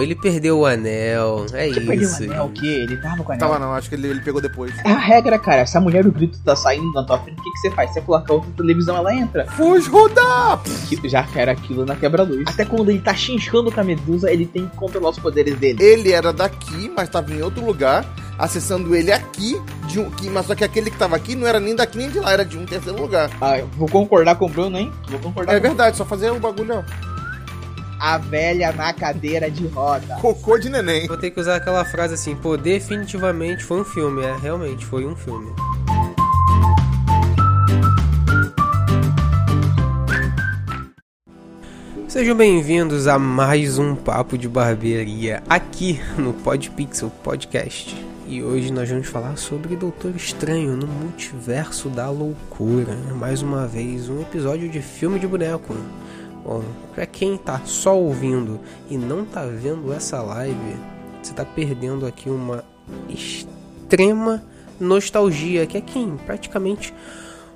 ele perdeu o anel. É Ele perdeu isso. o anel, Tipo, o quê? Ele tava com o anel. Tava não, acho que ele, ele pegou depois. É a regra, cara. Se a mulher do grito tá saindo na tua frente, o que, que você faz? Você coloca outra televisão, ela entra. Fuz rodar! Que já era aquilo na quebra-luz. Até quando ele tá chinchando com a medusa, ele tem que controlar os poderes dele. Ele era daqui, mas tava em outro lugar, acessando ele aqui, de um, que, mas só que aquele que tava aqui não era nem daqui nem de lá, era de um terceiro lugar. Ah, eu vou concordar com o Bruno, hein? Vou concordar É com verdade, só fazer o bagulho, ó. A velha na cadeira de roda. Cocô de neném. Vou ter que usar aquela frase assim, pô, definitivamente foi um filme, é, realmente foi um filme. Sejam bem-vindos a mais um Papo de Barbearia aqui no Podpixel Podcast. E hoje nós vamos falar sobre Doutor Estranho no Multiverso da Loucura. Mais uma vez, um episódio de filme de boneco. Bom, pra quem tá só ouvindo e não tá vendo essa live, você tá perdendo aqui uma extrema nostalgia, que é quem? Praticamente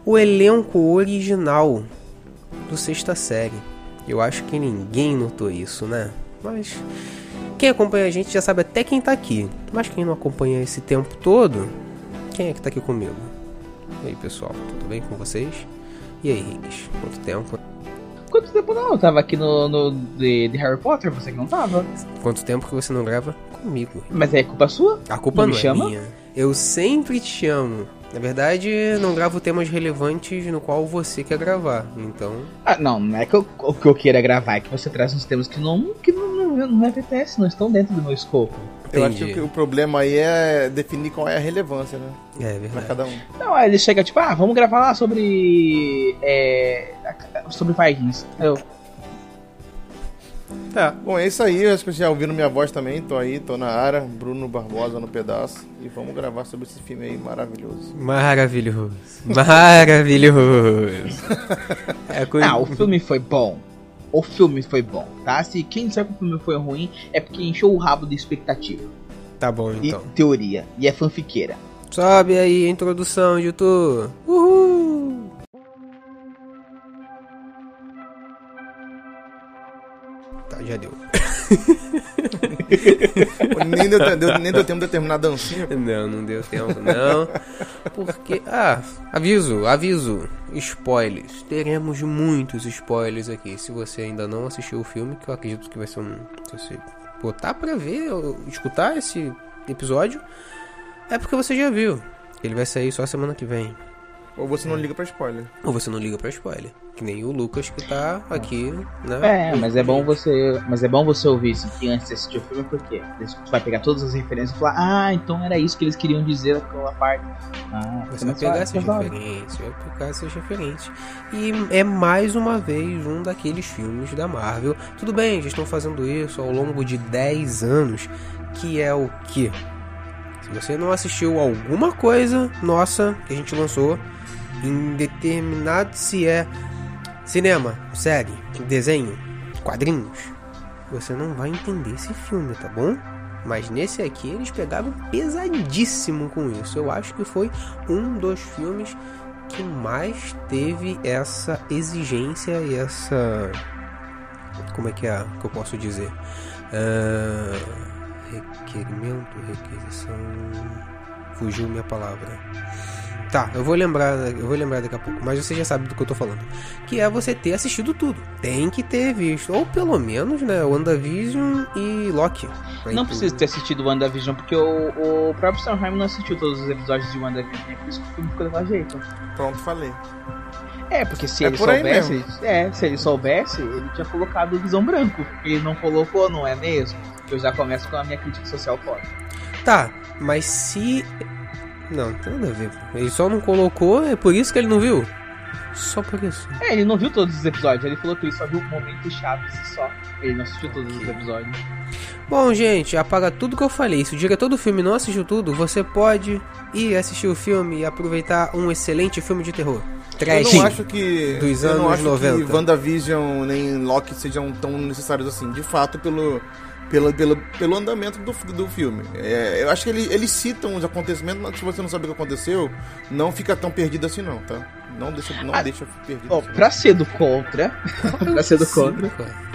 o elenco original do Sexta Série. Eu acho que ninguém notou isso, né? Mas quem acompanha a gente já sabe até quem tá aqui. Mas quem não acompanha esse tempo todo, quem é que tá aqui comigo? E aí, pessoal, tudo bem com vocês? E aí, Riggs, quanto tempo? Quanto tempo não? Eu tava aqui no, no- de, de Harry Potter, você que não tava. Quanto tempo que você não grava comigo? Mas é culpa sua? A culpa Não não, me chama? é minha. Eu sempre te chamo. Na verdade, não gravo temas relevantes no qual você quer gravar. Então, Ah, não, não é que eu, o que eu queira gravar, é que você traz uns temas que não, que não, não, não é me apetece, não estão dentro do meu escopo. Eu acho Entendi. que o problema aí é definir qual é a relevância, né? é Pra verdade. cada um. Não, aí ele chega tipo, ah, vamos gravar lá sobre. É, a- sobre Vikings. Eu, Tá. Bom, é isso aí. Eu acho que vocês já ouviram minha voz também. Tô aí, tô na área. Bruno Barbosa no pedaço. E vamos gravar sobre esse filme aí maravilhoso. Maravilhoso. Maravilhoso. É a coisa... Ah, o filme foi bom. O filme foi bom, tá? Se quem disser que o filme foi ruim é porque encheu o rabo de expectativa Tá bom, e então. teoria. E é fanfiqueira. Sobe aí a introdução, YouTube. Uhul. Tá, já deu. nem, deu, te- deu- nem deu tempo de eu terminar a dancinha. Não, não deu tempo, não. Porque. Ah, aviso, aviso. Spoilers. Teremos muitos spoilers aqui. Se você ainda não assistiu o filme, que eu acredito que vai ser um. Se você botar pra ver, ou escutar esse episódio, é porque você já viu. Ele vai sair só semana que vem. Ou você não liga pra spoiler. Ou você não liga pra spoiler. Que nem o Lucas que tá aqui, né? É, mas é bom você. Mas é bom você ouvir isso aqui antes de assistir o filme, porque você vai pegar todas as referências e falar, ah, então era isso que eles queriam dizer naquela parte. Ah, Você vai pegar essas referências, vai pegar essas referências. E é mais uma vez um daqueles filmes da Marvel. Tudo bem, já estão fazendo isso ao longo de 10 anos, que é o quê? Se você não assistiu alguma coisa nossa que a gente lançou em determinado se é cinema, série, desenho, quadrinhos, você não vai entender esse filme, tá bom? Mas nesse aqui eles pegaram pesadíssimo com isso. Eu acho que foi um dos filmes que mais teve essa exigência e essa. Como é que é que eu posso dizer? Ah, requerimento, requisição. Fugiu minha palavra. Tá, eu vou lembrar, eu vou lembrar daqui a pouco, mas você já sabe do que eu tô falando. Que é você ter assistido tudo. Tem que ter visto. Ou pelo menos, né, WandaVision e Loki. Não precisa ter assistido WandaVision, porque o, o próprio Sam Raimi não assistiu todos os episódios de WandaVision, é por isso que o filme ficou daquele jeito. Pronto, falei. É, porque se É ele por aí soubesse. É, se ele soubesse, ele tinha colocado o visão branco. Ele não colocou, não é mesmo? Eu já começo com a minha crítica social forte. Tá, mas se. Não, não tem nada a ver. Ele só não colocou, é por isso que ele não viu? Só por isso. É, ele não viu todos os episódios, ele falou que ele só viu momentos chaves e só. Ele não assistiu todos os episódios. Bom, gente, apaga tudo que eu falei. Se o diretor do filme não assistiu tudo, você pode ir assistir o filme e aproveitar um excelente filme de terror. Eu Trash. não acho que. Dos eu não anos acho 90. que WandaVision nem Loki sejam tão necessários assim. De fato, pelo. Pelo, pelo, pelo andamento do, fi- do filme. É, eu acho que ele- eles citam os acontecimentos, mas se você não sabe o que aconteceu, não fica tão perdido assim, não, tá? Não deixa, não Ah, deixa perdido. Ó, assim, não. pra ser do contra. pra ser do contra.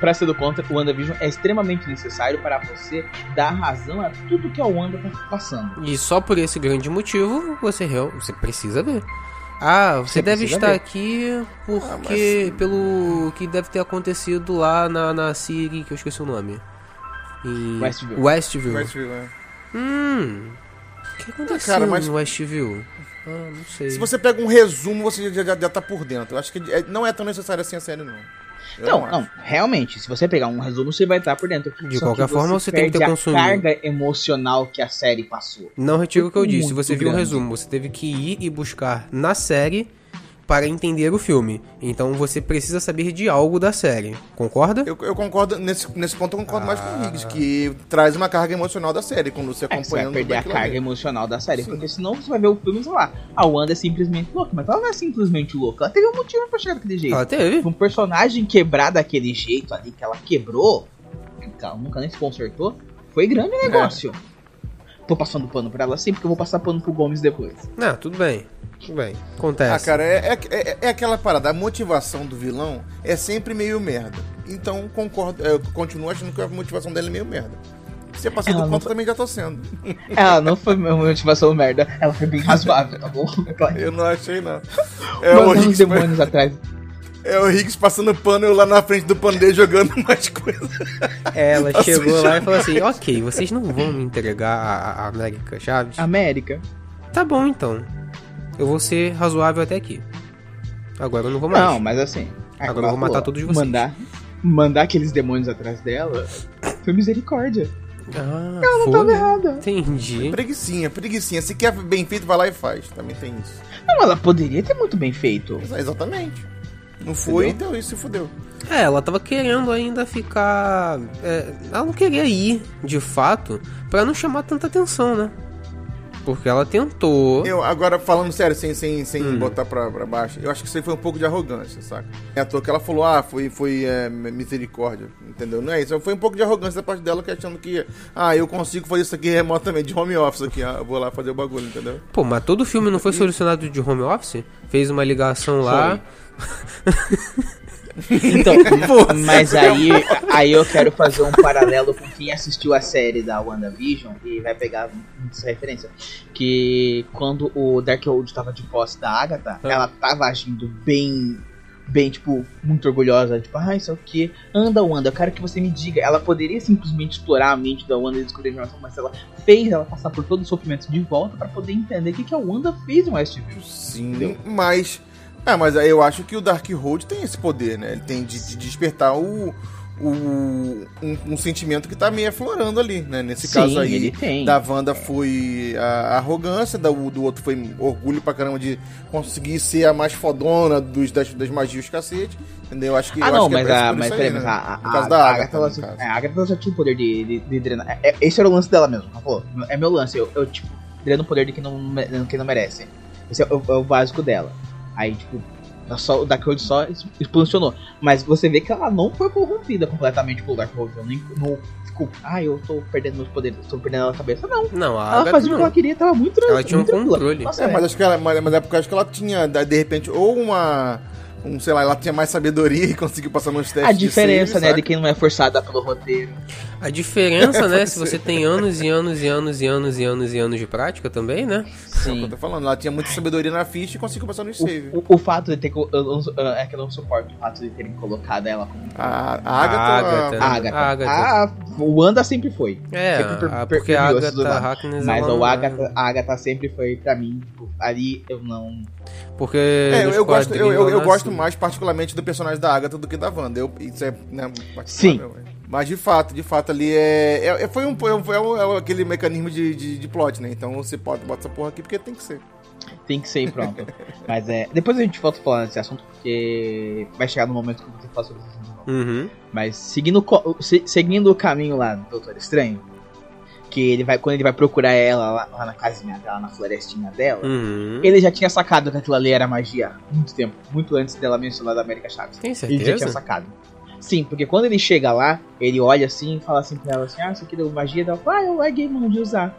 Pra ser do contra, o WandaVision é extremamente necessário para você dar razão a tudo que a Wanda tá passando. E só por esse grande motivo você real, você precisa ver. Ah, você, Você deve precisa estar ver. aqui Ah, porque mas- pelo que deve ter acontecido lá na, na Siri, que eu esqueci o nome. Em Westview. Westview. Westview, é. Hum. O que aconteceu cara, mas- no Westview? Ah, não sei. Se você pega um resumo, você já, já, já tá por dentro. Eu acho que é- não é tão necessário assim a série, não. Eu Então, Não, acho. não, realmente, se você pegar um resumo, você vai estar por dentro. De Só qualquer que forma, você tem que perde ter a consumido. carga emocional que a série passou. Não retiro o que eu Muito disse. Você viu o grande. resumo. Você teve que ir e buscar na série para entender o filme. Então você precisa saber de algo da série. Concorda? Eu, eu concordo, nesse, nesse ponto eu concordo mais com Ah. o Higgs, que traz uma carga emocional da série, quando você É, você vai Tá acompanhando perder a tudo aquilo carga ali. emocional da série. Sim. Porque senão você vai ver o filme e sei lá, a Wanda é simplesmente louca. Mas ela não é simplesmente louca. Ela teve um motivo pra chegar daquele jeito. Ela teve. Um personagem quebrar daquele jeito ali que ela quebrou, que ela nunca nem se consertou, foi grande É. negócio. Tô passando pano pra ela sim, porque eu vou passar pano pro Gomes depois. Ah, tudo bem. Tudo bem. Ah, Acontece. cara, é, é, é- é aquela parada, a motivação do vilão é sempre meio merda. Então, concordo, eu continuo achando que a motivação dele é meio merda. Se eu passar Ela do não tá- ponto, também já tô sendo. Ela não foi uma motivação merda, ela foi bem razoável, tá bom? Claro. Eu não achei, não. É o, Mandando os Higgs, demônios atrás. é o Higgs passando pano, eu lá na frente do pano dele jogando mais coisas. Ela tá Nossa, chegou já- lá e falou assim: Ok, vocês não vão me entregar a, a América Chaves? América. Tá bom então. Eu vou ser razoável até aqui. Agora eu não vou mais. Não, mas assim. Agora eu vou matar todos vocês. Mandar, mandar aqueles demônios atrás dela foi misericórdia. Ah, Ela não foi? tava errada. Entendi. Preguicinha, preguicinha. Se quer bem feito, vai lá e faz. Também tem isso. Não, ela poderia ter muito bem feito. Exa- Exatamente. Não foi, Entendeu? então isso se fudeu. É, ela tava querendo ainda ficar. é, ela não queria ir, de fato, pra não chamar tanta atenção, né? Porque ela tentou. Eu, agora, falando sério, sem, sem, sem Hum. botar pra, pra baixo, eu acho que isso aí foi um pouco de arrogância, saca? É à toa que ela falou, ah, foi, foi é, misericórdia, entendeu? Não é isso, foi um pouco de arrogância da parte dela, que achando que, ah, eu consigo fazer isso aqui remotamente, de home office aqui, ah, eu vou lá fazer o bagulho, entendeu? Pô, mas todo filme não foi solucionado de home office? Fez uma ligação lá. Então, mas é aí, aí eu quero fazer um paralelo com quem assistiu a série da WandaVision e vai pegar essa referência. Que quando o Darkhold tava de posse da Agatha, Ah. ela tava agindo bem. Bem, tipo, muito orgulhosa, tipo, ah, isso é o que? Anda, Wanda, eu quero que você me diga. Ela poderia simplesmente explorar a mente da Wanda e descobrir a informação, mas ela fez ela passar por todo o sofrimento de volta pra poder entender o que, que a Wanda fez em Westview. Sim. Mas, é, mas aí eu acho que o Darkhold tem esse poder, né? Ele tem de, de despertar o, o, um, um sentimento que tá meio aflorando ali, né? Nesse caso aí, ele tem. Da Wanda foi a arrogância, da, do outro foi orgulho pra caramba de conseguir ser a mais fodona dos, das, das magias cacete. Entendeu? Eu Acho que, Ah, eu não, acho que mas, é a, por mas isso peraí, aí, mas né? a, a, No caso a- da a Agatha, Agatha, no ela, só- caso. é, a Agatha já tinha o poder de, de, de drenar. É- é- Esse era o lance dela mesmo, ela falou, é meu lance, eu, eu tipo, dreno o poder de quem não, me- de quem não merece. Esse é o, é o básico dela. Aí, tipo, ela só, o Darkhold só es- expansionou. Mas você vê que ela não foi corrompida completamente pelo Darkhold, ela nem- não ficou, ah, eu tô perdendo meus poderes, tô perdendo a cabeça. Não, Não, a ela Ah, Agatha fazia o que não. ela queria, tava muito tranquila. Ela tinha um muito tranquila. controle. Nossa, É, mas acho que ela, mas, mas é porque eu acho que ela tinha, da- de repente, ou uma. Um, sei lá, ela tinha mais sabedoria e conseguiu passar nos testes. a de diferença, save, né, de saca? quem não é forçada pelo roteiro. A diferença, né? se você tem anos e anos e anos e anos e anos e anos de prática também, né? É o que eu tô falando. Ela tinha muita sabedoria na ficha e conseguiu passar nos save. O, o- o fato de ter. co- Eu não, su- ah, é que eu não suporto o fato de terem colocado ela como. A, a Agatha. é Agatha. A Agatha. A A, o Wanda sempre foi. É, Sempre per- a- per- porque a permeou esses Agatha lados. Harkness... Mas ela o não é- Agatha, a Agatha sempre foi pra mim. tipo, ali eu não. Porque É, eu, nos eu gosto, eu, quadrinhos eu, eu ela gosto nasce- mais particularmente do personagem da Agatha do que da Wanda. Eu, isso é, né, particular Sim. meu, é. Mas de fato, de fato ali é, é- é- foi um, foi um- é um- é aquele mecanismo de, de, de plot, né? Então você pode bota essa porra aqui porque tem que ser. Tem que ser e pronto. Mas é. Depois a gente volta falando desse assunto, porque vai chegar no momento que eu vou ter que falar sobre isso de novo. Uhum. Mas seguindo, co- se- seguindo o caminho lá do Doutor Estranho, que ele vai. Quando ele vai procurar ela lá, lá na casinha dela, na florestinha dela. Uhum. Ele já tinha sacado que aquilo ali era magia há muito tempo, muito antes dela mencionar da América Chaves. Tem Ele já certeza? tinha é sacado. Sim, porque quando ele chega lá, ele olha assim e fala assim pra ela assim, ah, isso aqui deu magia, ela fala, ah, eu larguei mão de é?" usar.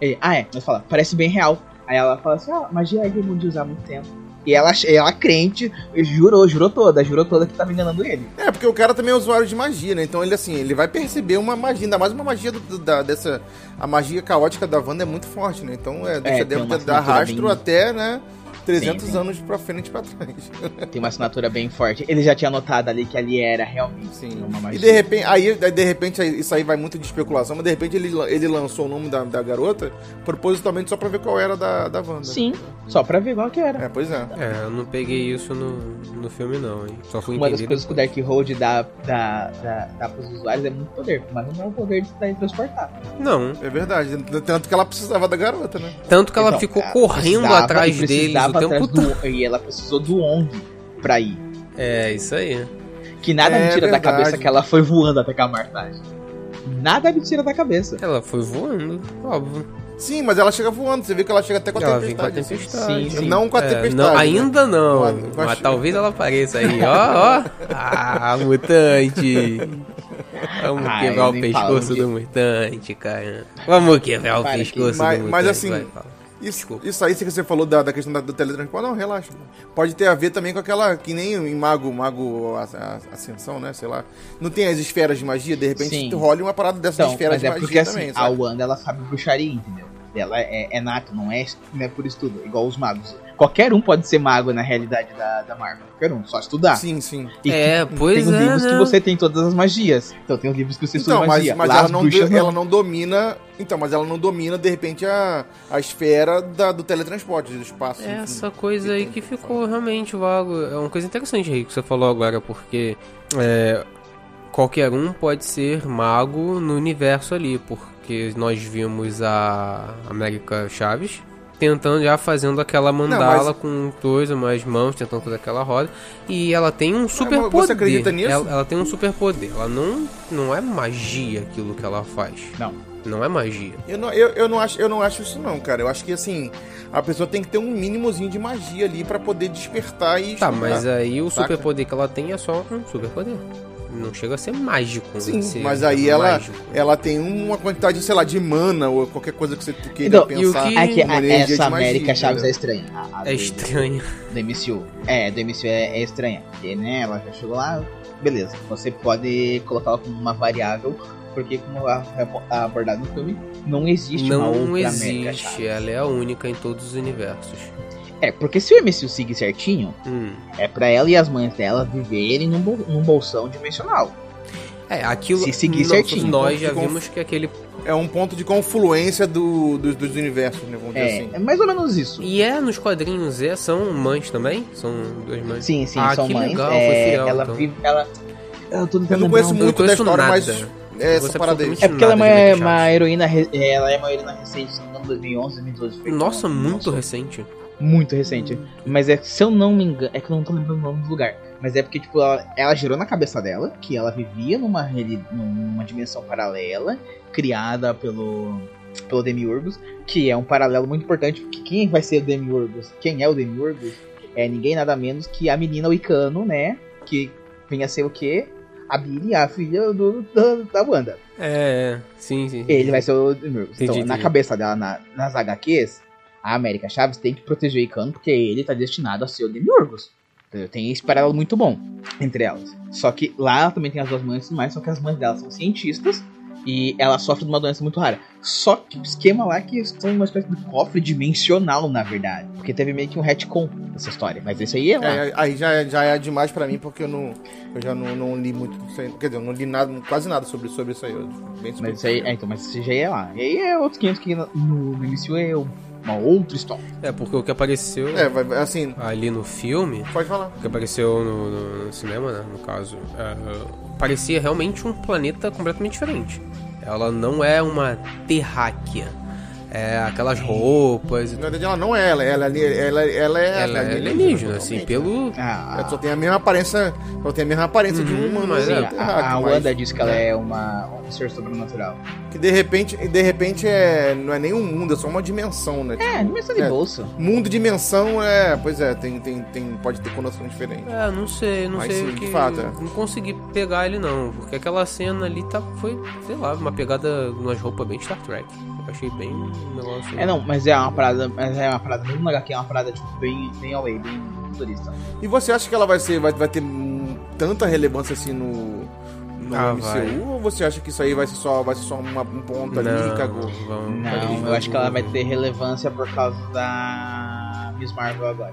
Ele, ah é, mas fala, parece bem real. Aí ela fala assim, ah, magia eu larguei mão de usar há muito tempo. E E ela, ela crente, jurou, jurou toda, jurou toda que tava enganando ele. É, porque o cara também é usuário de magia, né? Então ele, assim, ele vai perceber uma magia, ainda mais uma magia do- do- da, dessa... A magia caótica da Wanda é muito forte, né? Então, é, deixa, tem deve uma dar assinatura rastro bem- até, né? 300 Sim, sim. anos pra frente e pra trás. Tem uma assinatura bem forte. Ele já tinha notado ali que ali era realmente Sim. uma E magia. de repente, aí, aí de repente, aí, isso aí vai muito de especulação, mas de repente ele, la- ele lançou o nome da, da garota propositalmente só pra ver qual era da, da Wanda. Sim, só pra ver qual que era. É, pois é. É, eu não peguei isso no, no filme não, hein? Só fui Uma das entender coisas que o depois. Dark Hold dá, dá, dá, dá pros usuários é muito poder, mas não é um poder de se transportar. Não, É verdade. Tanto que ela precisava da garota, né? tanto que ela Então, ficou ela correndo precisava- atrás precisava deles o atrás tempo todo. do- E ela precisou do ONG pra ir. É, isso aí. Que nada É me tira da verdade. cabeça que ela foi voando até aquela martagem. Nada me tira da cabeça. Ela foi voando, óbvio. Sim, mas ela chega voando. Você vê que ela chega até com a Ela vem com a tempestade. assim. tempestade. Sim, sim. Não com a É, tempestade. não, né? ainda não, Mas- mas mas- talvez ela apareça aí, ó, ó. Ah, mutante. Vamos Ah, Ai, quebrar o nem fala pescoço que- do mutante, cara. Vamos quebrar o Para que- pescoço mas- do mutante. mas assim, vai, fala. Isso, Desculpa. isso aí que você falou da, da questão da, do teletransporte, não, relaxa. Pode ter a ver também com aquela, que nem em Mago, Mago a- a- Ascensão, né, sei lá. Não tem as esferas de magia? De repente Sim. tu rola uma parada dessa Então, esfera mas de é magia porque assim, também, a sabe? Wanda ela sabe bruxaria, entendeu? Ela é, é nato, não é, não é por estudo, igual os magos. Qualquer um pode ser mago na realidade da, da Marvel. Qualquer um, só estudar. Sim, sim. E É, pois tem é, livros que né? você tem todas as magias. Então tem os livros que você estuda Então, mas, magia. mas Lá ela, as não, bruxas do- ela não domina. Então, mas ela não domina, de repente, a, a esfera da- do teletransporte, do espaço. É enfim. essa coisa aí que Entendi. ficou realmente vago. É uma coisa interessante aí que você falou agora, porque é, qualquer um pode ser mago no universo ali, porque nós vimos a América Chaves tentando já fazendo aquela mandala mas- com coisa, mais mãos, tentando fazer aquela roda, e ela tem um super poder. você acredita nisso? Ela, ela tem um super poder. Ela não não é magia aquilo que ela faz. Não. Não é magia. Eu não, eu, eu, não acho, eu não acho isso não, cara. Eu acho que, assim, a pessoa tem que ter um mínimozinho de magia ali pra poder despertar e... Tá, estudar. mas aí o saca? superpoder que ela tem é só um superpoder. Não chega a ser mágico. Sim, ser mas aí ela, mágico. ela tem uma quantidade, sei lá, de mana ou qualquer coisa que você queira Então, e o pensar. que- É que como a- energia de essa magia, América Chaves entendeu? é estranha. A, a É do- estranho. do MCU. É, do MCU é, é estranha. Porque, né, ela já chegou lá, beleza. Você pode colocá-la como uma variável, porque como a- a- abordado no filme, não existe uma Não outra América existe. Chaves. Ela é a única em todos os universos. É, porque se o MCU seguir certinho, Hum. é pra ela e as mães dela viverem num, bol- num bolsão dimensional. É, aquilo. Se seguir nós- certinho. Nós já então Ficou- um vimos que aquele. É um ponto de confluência do, dos, dos universos, né? Vamos É, dizer assim. é mais ou menos isso. E é nos quadrinhos, é, são mães também? São duas mães. Sim, sim, Ah, são que mães. legal, é, foi fiel, ela então. vive. Ela... Eu, tô tentando Eu não lembrar conheço o muito da conheço história, nada. mas é essa conheço parada aí. absolutamente É porque ela é nada uma, de América uma Chaves. heroína, re- é, ela é uma heroína recente, se não me engano, 2011, 2012. foi Nossa, quando muito lançou. recente. Muito recente. Mas é que, se eu não me engano, é que eu não tô lembrando o nome do lugar. Mas é porque, tipo, ela, ela girou na cabeça dela que ela vivia numa, reali- numa dimensão paralela, criada pelo, pelo Demiurgos, que é um paralelo muito importante, porque quem vai ser o Demiurgos? Quem é o Demiurgos? É ninguém nada menos que a menina Wicano, né? Que vinha ser o quê? A Billy, a filha do, da, da Wanda. É, sim, sim. Ele vai ser o Demiurgos. Então, Entendi, na entendi. cabeça dela, na- nas HQs, a América Chaves tem que proteger o Icano, porque ele tá destinado a ser o Demiurgos. Entendeu? Tem esse paralelo muito bom entre elas. Só que lá ela também tem as duas mães e tudo mais, só que as mães dela são cientistas e ela sofre de uma doença muito rara. Só que o esquema lá é que são uma espécie de cofre dimensional, na verdade. Porque teve meio que um retcon dessa história. Mas isso aí é lá. É, aí já é, já é demais pra mim, porque eu não eu já não, não li muito disso aí. Quer dizer, eu não li nada, quase nada sobre, sobre isso aí. Eu fico bem Mas isso surpreso. aí, é, então, mas isso já é lá. E aí é outro 500 que no, no MCU é uma outra história. É, porque o que apareceu É, vai- vai- assim, ali no filme pode falar. que apareceu no, no- no cinema, né, no caso, é, parecia realmente um planeta completamente diferente. Ela não é uma terráquea. É aquelas roupas. e Na verdade, ela não é, ela, ela, ela, ela é. Ela é alienígena, assim, totalmente, né? pelo. Ah, Ela só tem a mesma aparência, só tem a mesma aparência de um Uhum, humano. mas assim, é. terráqueo, A, a mas- Wanda diz que ela é uma, um ser sobrenatural. Que de repente, de repente é, não é nem um mundo, é só uma dimensão, né? É, Tipo, dimensão de é, bolso. Mundo e dimensão é. Pois é, tem, tem, tem, pode ter conotação diferente. É, não sei, não Mas sei sim, o de que. fato, é. Não consegui pegar ele não, porque aquela cena ali tá, foi, sei lá, uma pegada umas roupas bem Star Trek. Eu achei bem um negócio. É não, mas é uma parada. Mas é uma parada mesmo na HQ, é uma parada tipo, bem, bem away, bem futurista. E você acha que ela vai ser, vai, vai ter hum, tanta relevância assim no, no Ah, MCU? vai. Ou você acha que isso aí vai ser só, vai ser só uma, um ponto ali e cagou? vamos- Não, eu acho que ela vai ter relevância por causa da Miss Marvel agora.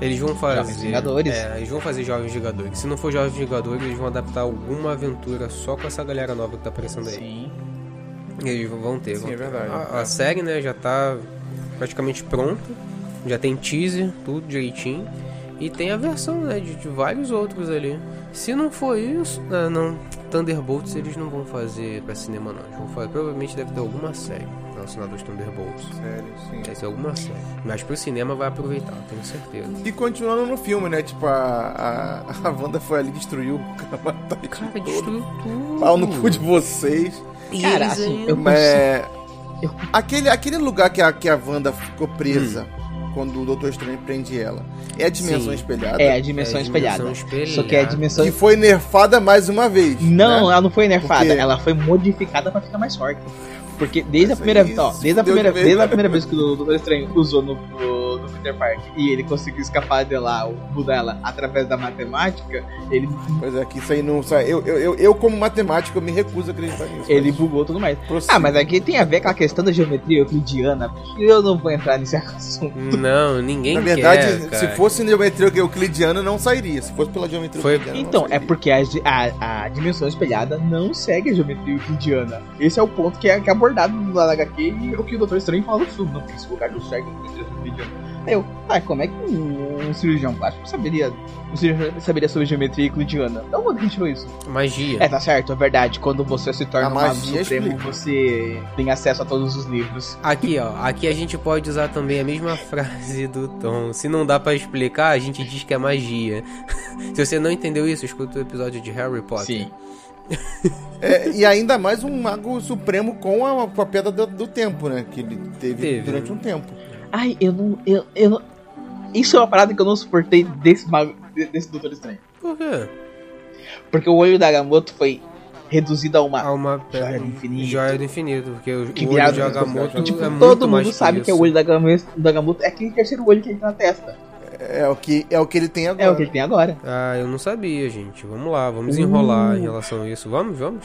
Eles vão Jovens fazer. Vingadores. É, eles vão fazer Jovens Vingadores. Se não for Jovens Vingadores, eles vão adaptar alguma aventura só com essa galera nova que tá aparecendo aí. Sim. Eles vão ter. Sim, vão é ter. verdade. A, a série, né, já tá praticamente pronta. Já tem teaser, tudo direitinho. E tem a versão, né, de, de vários outros ali. Se não for isso, ah, não. Thunderbolts eles não vão fazer pra cinema, não. Eles vão fazer, provavelmente deve ter alguma série relacionada aos Thunderbolts. Sério, sim. Deve ser alguma série. Mas pro cinema vai aproveitar, eu tenho certeza. E continuando no filme, né? Tipo, a, a, a Wanda foi ali e destruiu o Kamatai. Cara, destruiu tudo. Pau no cu de Hum. vocês. E Cara, eles assim, ainda- eu consigo. É, Eu- aquele, aquele lugar que a, que a Wanda ficou presa Hum. quando o Doutor Estranho prende ela é a dimensão Sim. espelhada. É, a dimensão, É, dimensão espelhada. espelhada. Só que é a dimensão. Que foi nerfada mais uma vez. Não, né? ela não foi nerfada, Porque- ela foi modificada pra ficar mais forte. Porque desde a Mas primeira é vez. Ó, isso, desde a fudeu primeira, de vez. desde a primeira vez que o Doutor Estranho usou no, no, no Peter Park e ele conseguiu escapar dela, mudar ela através da matemática, ele, Pois é, que isso aí não. isso aí- Eu, eu, eu, eu, como matemático, eu me recuso a acreditar nisso. ele mas bugou tudo mais. prossiga. Ah, mas aqui tem a ver com a questão da geometria euclidiana, que eu não vou entrar nesse assunto. Não, ninguém Na verdade, quer, se cara. fosse geometria euclidiana, não sairia. Se fosse pela geometria Foi- euclidiana. não Então, é sairia. porque a, ge- a, a dimensão espelhada não segue a geometria euclidiana. Esse é o ponto que é, que é abordado no HQ e o que o Doutor Estranho fala no filme. Não, porque esse lugar não segue a geometria euclidiana. Aí eu, ah, como é que um, um cirurgião plástico saberia, um cirurgião saberia sobre geometria euclidiana? Da onde que ele tirou isso? Magia. É, tá certo, é verdade. Quando você se torna A um mago magia supremo, explica. você tem acesso a todos os livros. Aqui, ó. Aqui a gente pode usar também a mesma frase do Tom. Se não dá pra explicar, a gente diz que é magia. se você não entendeu isso, escuta o episódio de Harry Potter. É, e ainda mais um mago supremo com a, com a pedra do, do tempo, né? Que ele teve, Teve. durante um tempo. Ai, eu não. Eu, eu não... Isso é uma parada que eu não suportei desse, mago- de- desse Doutor Estranho. Por quê? Porque o olho da Gamoto foi reduzido a uma. Há É uma Ah, Joia pedra. do infinito. Joia do infinito, porque o Que Ah, o olho de viado. Agamotto tipo, é todo muito mais mundo sabe que, isso. o olho da Gamoto, do Agamotto é aquele terceiro olho que ele tem na testa. É o que, é o que ele tem agora. É o que ele tem agora. Ah, eu não sabia, gente. Vamos lá, vamos enrolar em Uh. relação a isso. Vamos, vamos?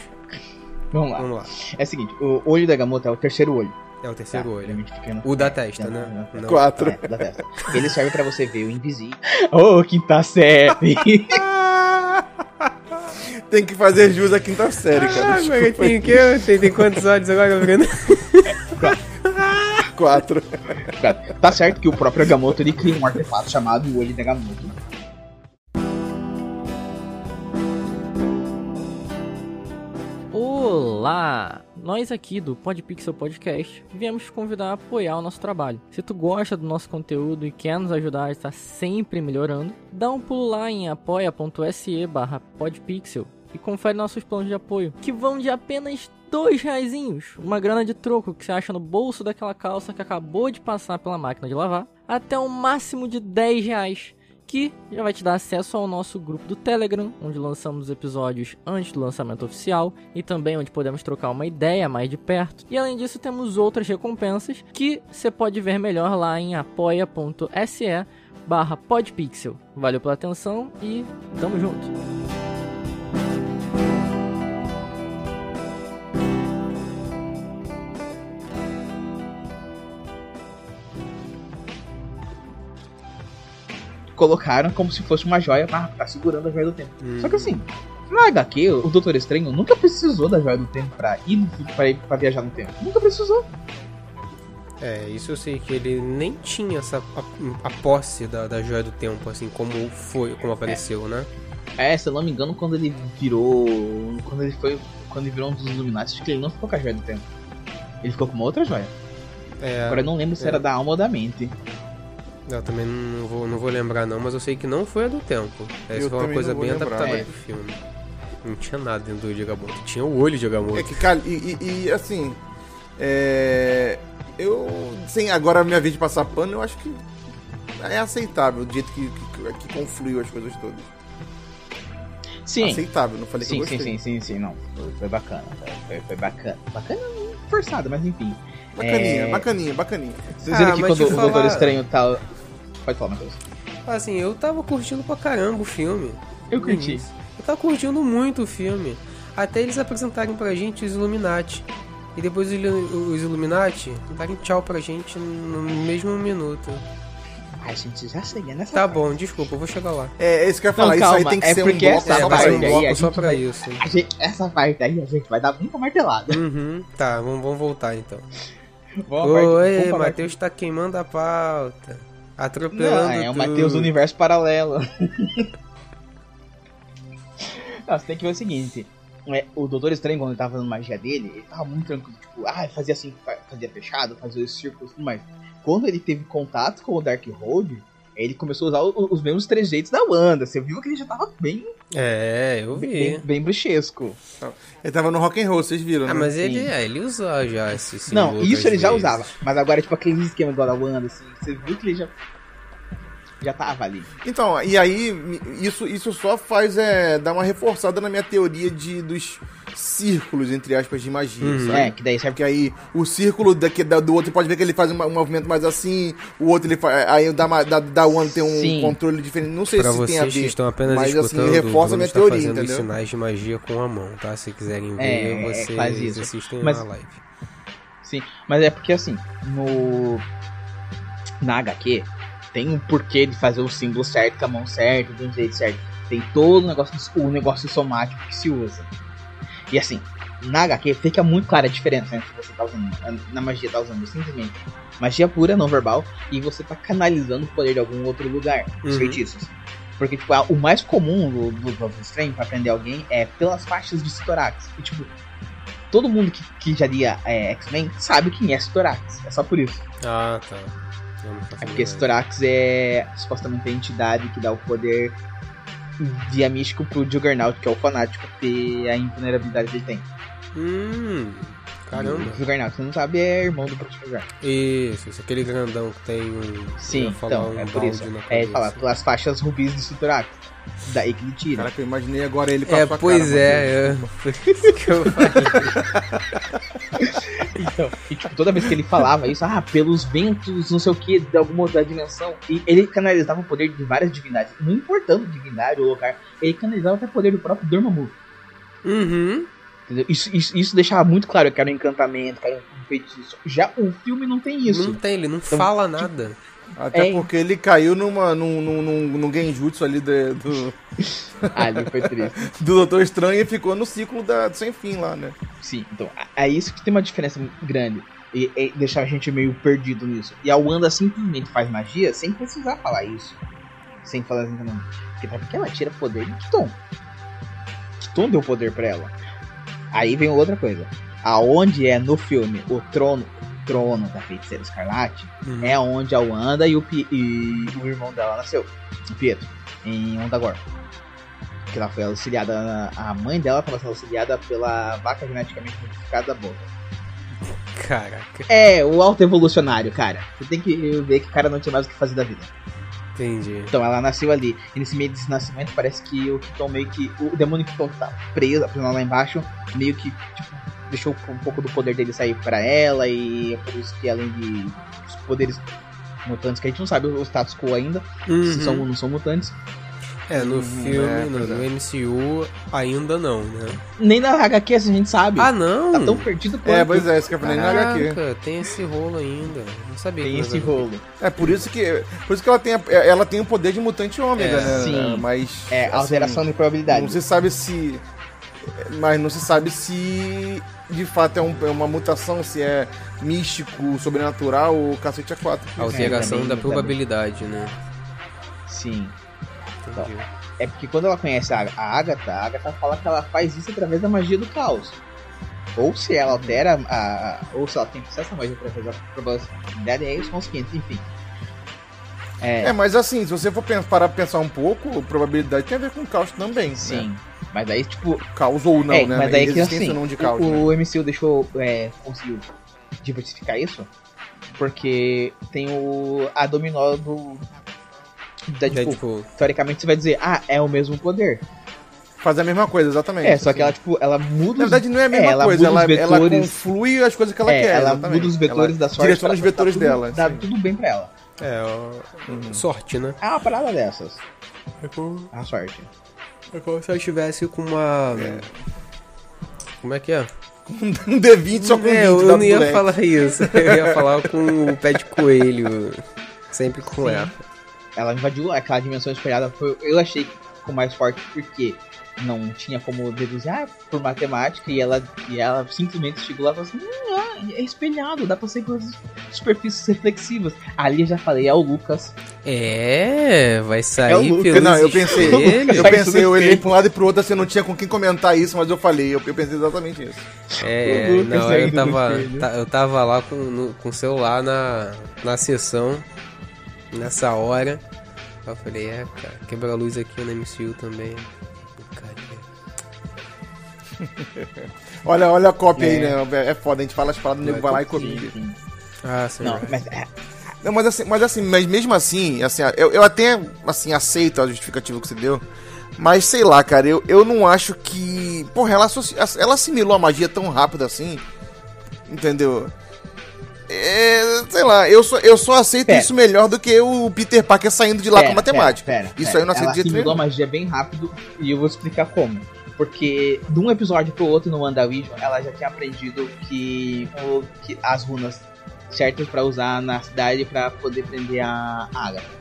Vamos lá. Vamos lá. É o seguinte: o olho da Gamoto é o terceiro olho. É o terceiro Tá, ele é olho. muito pequeno. O da testa, Não, né? Não. Quatro. É, da testa. Ele serve pra você ver o invisível. Oh, tá Ô, quinta série! Tem que fazer jus à quinta série, cara. Ah, mas tem, que, tem, tem quantos olhos agora, Bruno? Quatro. Cara, Tá certo que o próprio Agamotto ele cria um artefato chamado Olho da Agamotto. Olá! Nós aqui do Podpixel Podcast viemos te convidar a apoiar o nosso trabalho. Se tu gosta do nosso conteúdo e quer nos ajudar a estar sempre melhorando, dá um pulo lá em apoia.se barra podpixel e confere nossos planos de apoio, que vão de apenas dois reaisinhos, uma grana de troco que você acha no bolso daquela calça que acabou de passar pela máquina de lavar, até um máximo de 10 reais que já vai te dar acesso ao nosso grupo do Telegram, onde lançamos os episódios antes do lançamento oficial e também onde podemos trocar uma ideia mais de perto. E além disso, temos outras recompensas que você pode ver melhor lá em apoia.se barra podpixel. Valeu pela atenção e tamo junto! Colocaram como se fosse uma joia pra ficar segurando a joia do tempo. Hum, Só que assim, na HQ, o Doutor Estranho nunca precisou da joia do tempo pra ir, no, fu- pra, ir pra viajar no tempo. Nunca precisou. É, isso eu sei que ele nem tinha essa a, a posse da, da joia do tempo, assim, como foi, como apareceu, né? É, se eu não me engano, quando ele virou. Quando ele foi. Quando ele virou um dos Illuminati, acho que ele não ficou com a joia do tempo. Ele ficou com uma outra joia. É, Agora eu não lembro se É. era da alma ou da mente. eu também não vou, não vou lembrar não, mas eu sei que não foi a do tempo. É, Eu Isso foi uma também coisa não vou bem lembrar. adaptada É. pro filme. Não tinha nada dentro do olho de Agamotto, tinha o olho de É Agamotto. que, cara, e, e- e, assim. É. Eu. Sem agora a minha vez de passar pano, eu acho que. É aceitável o jeito que, que, que confluiu as coisas todas. Sim. Aceitável, não falei que Sim, Ah, eu sim, gostei. sim, sim, sim, não. Foi, foi bacana, foi, foi, foi bacana. Bacana forçado, mas enfim. Bacaninha, É. bacaninha, bacaninha, bacaninha. Vocês viram Ah, que mas quando te o Doutor falar- Estranho tá. Pode falar, Matheus. Assim, eu tava curtindo pra caramba o filme. Eu no curti. início. Eu tava curtindo muito o filme. Até eles apresentarem pra gente os Illuminati. E depois os Ilu- os Illuminati darem tchau pra gente no mesmo minuto. A gente já chega nessa. Tá bom, desculpa, eu vou chegar lá. É, é isso que eu ia Não, falar. isso aí calma, tem que é ser um porque bloco, essa só é, pra vai ser parte um aí, bloco a só gente pra isso. A gente- essa parte aí a gente vai dar muita martelada. Uhum, tá, vamos, vamos voltar então. Vamos, Oi, Matheus tá queimando a pauta. Atropelando Não, é o tudo. Matheus do Universo Paralelo. Não, você tem que ver o seguinte. é, o Doutor Estranho, quando ele tava fazendo magia dele, ele tava muito tranquilo. Tipo, ah, ele fazia assim, fa- fazia fechado, fazia os círculos e tudo mais. Quando ele teve contato com o Darkhold, ele começou a usar o- os mesmos trejeitos da Wanda. Você viu que ele já tava bem, É, eu bem, vi. bem bruxesco. Ele tava no rock and roll, vocês viram, Ah, né? mas ele, é, ele usa já esse símbolo Não, isso outras ele já vezes. usava. Mas agora, tipo, aquele esquema igual da Wanda, assim, você viu que ele já. Já tava ali. Então, e aí, me- isso, isso só faz é, dar uma reforçada na minha teoria de, dos círculos, entre aspas, de magia, Uhum. sabe? É, que daí serve Porque aí o círculo daqui, da- do outro, você pode ver que ele faz uma- um movimento mais assim, o outro ele faz. Aí o da, ma- da, da One tem um Sim. controle diferente. Não sei Pra se tem a vocês que ver. estão apenas mas, assim, escutando, reforça o Bruno minha está teoria, fazendo os entendeu? sinais de magia com a mão, tá? Se quiserem ver, É, vocês faz isso. assistem Mas- na live. Sim, mas é porque assim, no. Na HQ, tem um porquê de fazer o símbolo certo, com a mão certa, do jeito certo. Tem todo o negócio, o negócio somático que se usa. E assim, na HQ fica muito clara a diferença entre você tá usando. Na magia tá usando simplesmente magia pura, não verbal, e você tá canalizando o poder de algum outro lugar, os Uhum. feitiços. Porque, tipo, a- o mais comum do, do Doutor Estranho pra prender alguém é pelas faixas de Citorax. E, tipo, todo mundo que, que já lia é, X-Men sabe quem é Citorax. É só por isso. Ah, tá. Eu não faço É porque ideia. Citorax é supostamente a entidade que dá o poder via místico pro Juggernaut, que é o fanático, ter a invulnerabilidade que ele tem. Hum, caramba. O Juggernaut, você não sabe, é irmão do próprio Juggernaut. Isso, isso, aquele grandão que tem um... eu Sim, ia falar então, um é por balde isso. na É, ele cabeça. fala, pelas faixas rubis de Citorax. Daí que ele tira. Caraca, eu imaginei agora ele com a É, sua pois cara, Matheus. é, é, por isso que eu falei. E tipo, toda vez que ele falava isso, ah, pelos ventos, não sei o que, de alguma outra dimensão. E ele canalizava o poder de várias divindades. Não importando divindade ou lugar, ele canalizava até o poder do próprio Dormammu. Uhum. entendeu? Isso, isso, isso deixava muito claro que era um encantamento, que era um feitiço. Já o filme não tem isso. Então, Não tem, ele não fala nada. Até É. porque ele caiu numa, num, num, num, num genjutsu ali de- do, Ali Ah, foi triste. do Doutor Estranho e ficou no ciclo da, do sem fim lá, né? Sim, então, a- é isso que tem uma diferença grande. E, e deixar a gente meio perdido nisso. E a Wanda simplesmente faz magia sem precisar falar isso. Sem falar assim também. Porque até porque ela tira poder de Kiton. Kiton deu poder pra ela. Aí vem outra coisa. Aonde é no filme o trono, o trono da feiticeira escarlate, Uhum. é onde a Wanda e o, Pi- e o irmão dela nasceu. O Pietro. Em Ondagor. Que ela foi auxiliada. na- A mãe dela estava sendo auxiliada pela vaca geneticamente modificada da boca. Caraca, É, o auto-evolucionário, cara. Você tem que ver que o cara não tinha mais o que fazer da vida. entendi. Então ela nasceu ali. E nesse meio desse nascimento parece que o Kiton meio que. O demônio Kiton que tá preso, aprisionado lá embaixo, meio que tipo, deixou um pouco do poder dele sair pra ela. E é por isso que além de os poderes mutantes, que a gente não sabe o status quo ainda, se Uhum. são Uhum. ou não são mutantes. É, no Hum, filme, é, no, pois é. no MCU, ainda não, né? Nem na HQ assim a gente sabe. Ah, não! tá tão perdido quanto É, pois é, isso que eu falei na HQ. Caraca, tem esse rolo ainda. Não sabia tem que esse nós- rolo. É por isso que. Por isso que ela tem, a- ela tem o poder de mutante ômega, É, né? sim. Mas. É, assim, alteração de Não probabilidade. se sabe se. Mas não se sabe se de fato é, um- é uma mutação, se é místico, sobrenatural ou cacete a quatro. A alteração É, também, da também. probabilidade, né? Sim. Entendi. É porque quando ela conhece a, a Agatha, a Agatha fala que ela faz isso através da magia do caos. Ou se ela altera, a, a- ou se ela tem que usar essa magia pra fazer a probabilidade, aí são os 500, enfim. É, É, mas assim, se você for pen- parar pra pensar um pouco, probabilidade tem a ver com caos também. Né? sim. Mas aí, tipo, Caos ou não, é, né? mas aí que Existência assim, ou não de caos. né? o, o MCU deixou, é, conseguiu diversificar isso, porque tem o, a dominó do Deadpool. Deadpool. Teoricamente você vai dizer, ah, é o mesmo poder. Faz a mesma coisa, exatamente. É, só que ela, tipo, ela muda assim. Na os verdade, não é a mesma É, ela coisa, muda ela, os ela vetores. conflui as coisas que ela é, quer. ela exatamente. muda os vetores Ela da sorte. direciona pra- os vetores tá tudo- dela, Dá sim. tudo bem pra ela. É, ó, sorte, né? É uma parada dessas. É como, É uma sorte. é como se eu estivesse com uma. Como é que é? Um D20 só com É, 20 eu, dá não ia moleque. falar isso. Eu ia falar com o pé de coelho. Sempre com Sim. ela. Ela invadiu aquela dimensão espelhada. Foi, eu achei que ficou mais forte porque não tinha como deduzir ah, por matemática. E ela, e ela simplesmente chegou lá e falou assim: "Hum, ah, é espelhado, dá pra ser coisas superfícies reflexivas. Ali eu já falei: é o Lucas. É, vai sair É o Lucas. pelos Não, eu pensei, espelhos. eu pensei, eu olhei pra um lado e pro outro, assim, eu não tinha com quem comentar isso, mas eu falei, eu, eu pensei exatamente isso. É, O Lucas não, eu saindo do tava, espelho. ta- eu tava lá com, no- com o celular na, na sessão, nessa hora. Aí Eu falei, é, cara, quebra a luz aqui no MCU também. Porcaria. Olha, olha a cópia aí, É. né? velho? É foda, a gente fala as paradas, o nego vai lá e copia. Sim, sim. Ah, sim. Não, right. mas é, Não, mas assim, mas assim, mas mesmo assim, assim, eu, eu até assim, aceito a justificativa que você deu. Mas sei lá, cara, eu, eu não acho que. Porra, ela, associ- ela assimilou a magia tão rápido assim. Entendeu? É, sei lá, eu só, eu só aceito Pera. isso melhor do que o Peter Parker saindo de lá Pera, com matemática. pera, pera, isso pera. aí eu não aceito Ela de jeito assimilou a nenhum. magia bem rápido e eu vou explicar como. Porque de um episódio pro outro no WandaVision, ela já tinha aprendido que, o- que as runas certas pra usar na cidade pra poder prender a Agatha.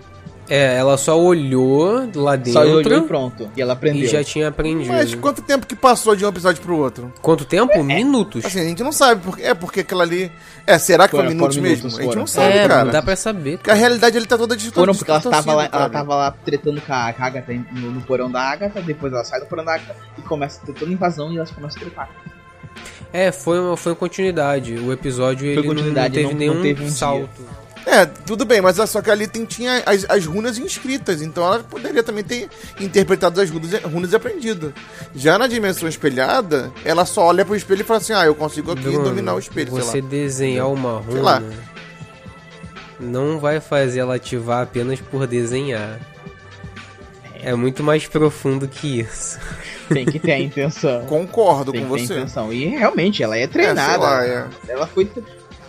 É, ela só olhou lá Só olhou e dentro pronto. E e ela aprendeu. já tinha aprendido. Mas quanto tempo que passou de um episódio pro outro? Quanto tempo? É. Minutos. Assim, a gente não sabe, porque, é porque aquela ali. É, será que foi, Foram- minutos foram mesmo? minutos, a gente foram. não sabe, é, cara. não dá pra saber. Porque a realidade ele tá toda distorcida. Foram porque ela tava, lá, ela cara. tava lá tretando com a Agatha no, no porão da Agatha, depois ela sai do porão da Agatha e começa a ter toda a invasão e elas começam a trepar. É, foi, uma- foi continuidade. O episódio ele não- não continuidade, teve não- não nenhum teve um dia. salto. É, tudo bem, mas é só que ali tem, tinha as, as runas inscritas, então ela poderia também ter interpretado as runas, runas e aprendido. Já na dimensão espelhada, ela só olha pro espelho e fala assim: ah, eu consigo aqui Bruno, dominar o espelho, Você sei lá. desenhar uma runa Sei lá. não vai fazer ela ativar apenas por desenhar. É muito mais profundo que isso. Tem que ter a intenção. Concordo Tem né? com que ter a você. intenção. E realmente, ela é É, sei treinada. lá, é. Ela foi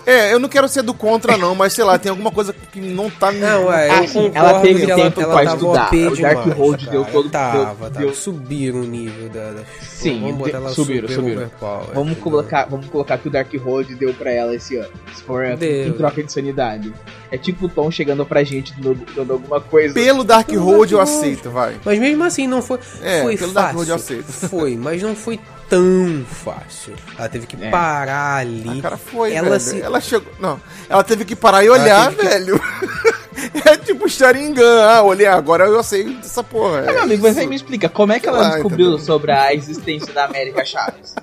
É, eu não quero ser do contra, não, mas sei lá, tem alguma coisa que não tá Não, é, Ah, eu sim, concordo ela teve que tempo ela pra tava estudar. OP O Dark demais, Road deu cara. todo- Tava, deu- tava. deu- Subiram o nível da... da- Sim, vamos botar de- ela super subiram, tá subiram. overpower, Vamos entendeu? colocar, vamos colocar que o Dark Road deu pra ela esse ano. Se for Deu. em troca de sanidade. É tipo o Tom chegando pra gente dando, dando alguma coisa. Pelo Dark Pelo Road eu Dark Road. aceito, vai. Mas mesmo assim, não foi... É, foi pelo Dark fácil. Road eu aceito. Foi, mas não foi tão fácil. Ela teve que É. parar ali. Ah, cara, foi, Ela velho. se- Ela chegou. Não, ela teve que parar e olhar, teve que- velho. é tipo Sharingan. Ah, olhei agora, eu sei dessa porra. Ah, é meu amigo, mas isso. aí me explica, como é que ela tá Sei lá, descobriu entendeu? sobre a existência da América Chaves?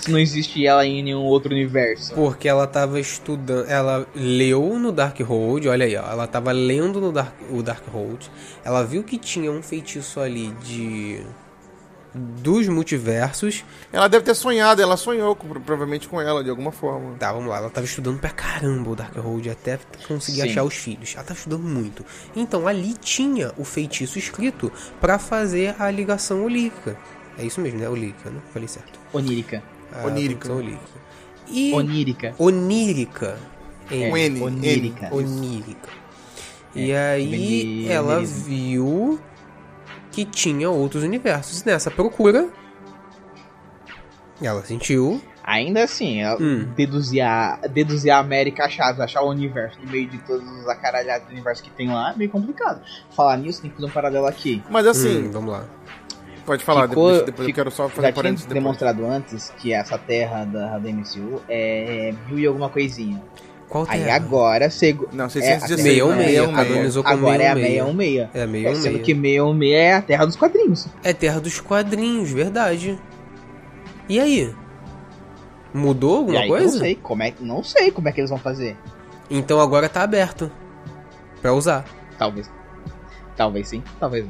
Se não existe ela em nenhum outro universo. Porque ela tava estudando, ela leu no Darkhold, olha aí, ó, ela tava lendo no Dark, o Darkhold, ela viu que tinha um feitiço ali de dos multiversos. é- Ela deve ter sonhado, ela sonhou com- provavelmente com ela, de alguma forma. Tá, vamos lá, ela tava estudando pra caramba o Darkhold até conseguir Sim. achar os filhos. Ela tava estudando muito. Então ali tinha o feitiço escrito pra fazer a ligação olírica. É isso mesmo, né? Olírica, né? Falei certo. Onírica. A Onírica. conexão olírica. E Onírica. onírica. É, Em Um N, onírica. N. onírica. E aí Tá. feminino. ela viu que tinha outros universos. Nessa procura, ela sentiu. Ainda assim, ela Hum. deduzir, a, deduzir a América Chaves, achar o universo no meio de todos os acaralhados do universo que tem lá é meio complicado. Falar nisso, tem que fazer um paralelo aqui. Mas assim, Hum, vamos lá. pode falar, ficou- depois, depois eu ficou- quero só fazer Já tinha um parênteses depois. demonstrado antes que essa terra da, da MCU é mil e alguma coisinha. Qual Aí terra? agora, é, assim, sego, Não, Meia 616. ou Meia meia. ou meia. Canonizou com agora é a meia 616. É meio É, ou sendo meio. que 616 é a terra dos quadrinhos. É terra dos quadrinhos, verdade. E aí? Mudou e alguma aí, coisa? Não sei, como é, não sei como é que eles vão fazer. Então agora tá aberto. Pra usar. Talvez. Talvez sim, talvez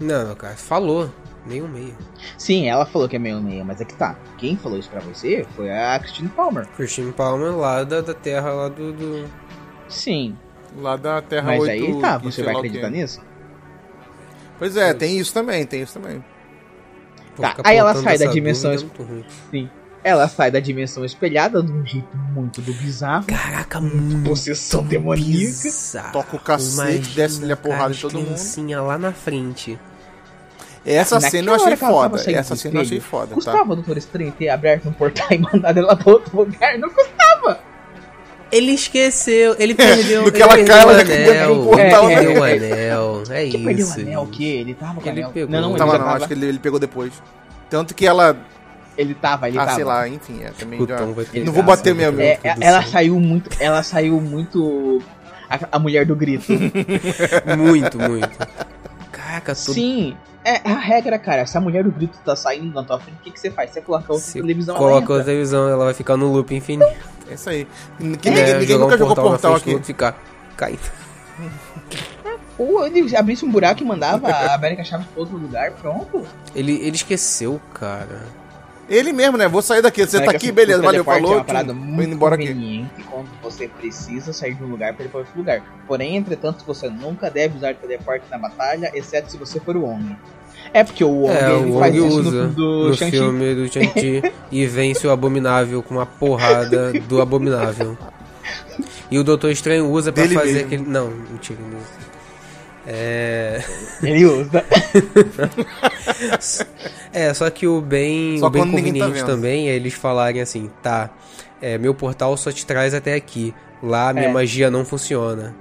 não. Não, cara, falou. Meio meio. Sim, ela falou que é 616, mas é que tá. Quem falou isso pra você foi a Christine Palmer. Christine Palmer lá da, da terra lá do- do... Sim, Lá da Terra mas 8. aí tá, que você sei vai lá o quê. acreditar nisso? Pois é, tem isso também, tem isso também. Vou Tá, ficar aí ela apontando sai da essa dimensão dúvida, é muito ruim. Ela sai da dimensão espelhada de um jeito muito do bizarro. Caraca, muito Possessão demoníaca. bizarro. Toca o cacete, Imagina, desce-lhe a cara, porrada as em todo mundo. criancinha lá na frente. Essa Naquela cena eu hora achei que ela tava foda. saindo Essa do cena eu achei espelho, foda, tá? Custava, doutor Estranho, ter aberto um portal e mandado ela pra outro lugar. Não custava. Ele esqueceu, ele perdeu, do É, que ele ela perdeu cai, o ela já anel. deu um ele portal, né? perdeu o anel. É Que isso. perdeu o um anel, o gente. quê? Ele tava com o Ele anel. pegou. Não, não, Não ele Tava já não, né? tava. acho que ele, ele pegou depois. Tanto que ela. Ele tava, ele ah, tava. sei lá, enfim, é também O já. Tom vai pegar, Não vou bater sabe? mesmo. É, é- ela Sim. saiu muito. Ela saiu muito. A, a mulher do grito. Muito, muito. Caraca, todo Sim, é a regra, cara. Se a mulher do grito tá saindo na tua frente, o que, que você faz? Você coloca outra Você televisão coloca a lenta. televisão, ela vai ficar no loop infinito. É isso aí. Ninguém, É, ninguém- ninguém jogar nunca um jogou portal, na portal frente do aqui. outro ficar caindo. Ou ele abrisse um buraco e mandava a América Chaves pra outro lugar, pronto. Ele, ele esqueceu, cara. Ele mesmo, né? Vou sair daqui. Você tá América aqui, Chaves, beleza, o valeu, teleporte É falou. uma parada tchum, Vou muito indo embora aqui. conveniente quando você precisa sair de um lugar para ir pra outro lugar. Porém, entretanto, você nunca deve usar teleporte na batalha, exceto se você for o Wong. É porque o Wong, É, ele o faz Wong isso usa no, do no Shang-Chi. filme do Shang-Chi e vence o Abominável com uma porrada do Abominável. E o Doutor Estranho usa pra Dele fazer mesmo. aquele. Não, mentira. ele usa. É. Ele usa. É, só que o bem, Só o bem quando ninguém tá conveniente vendo. também é eles falarem assim, tá, é, meu portal só te traz até aqui. Lá minha É. magia não funciona.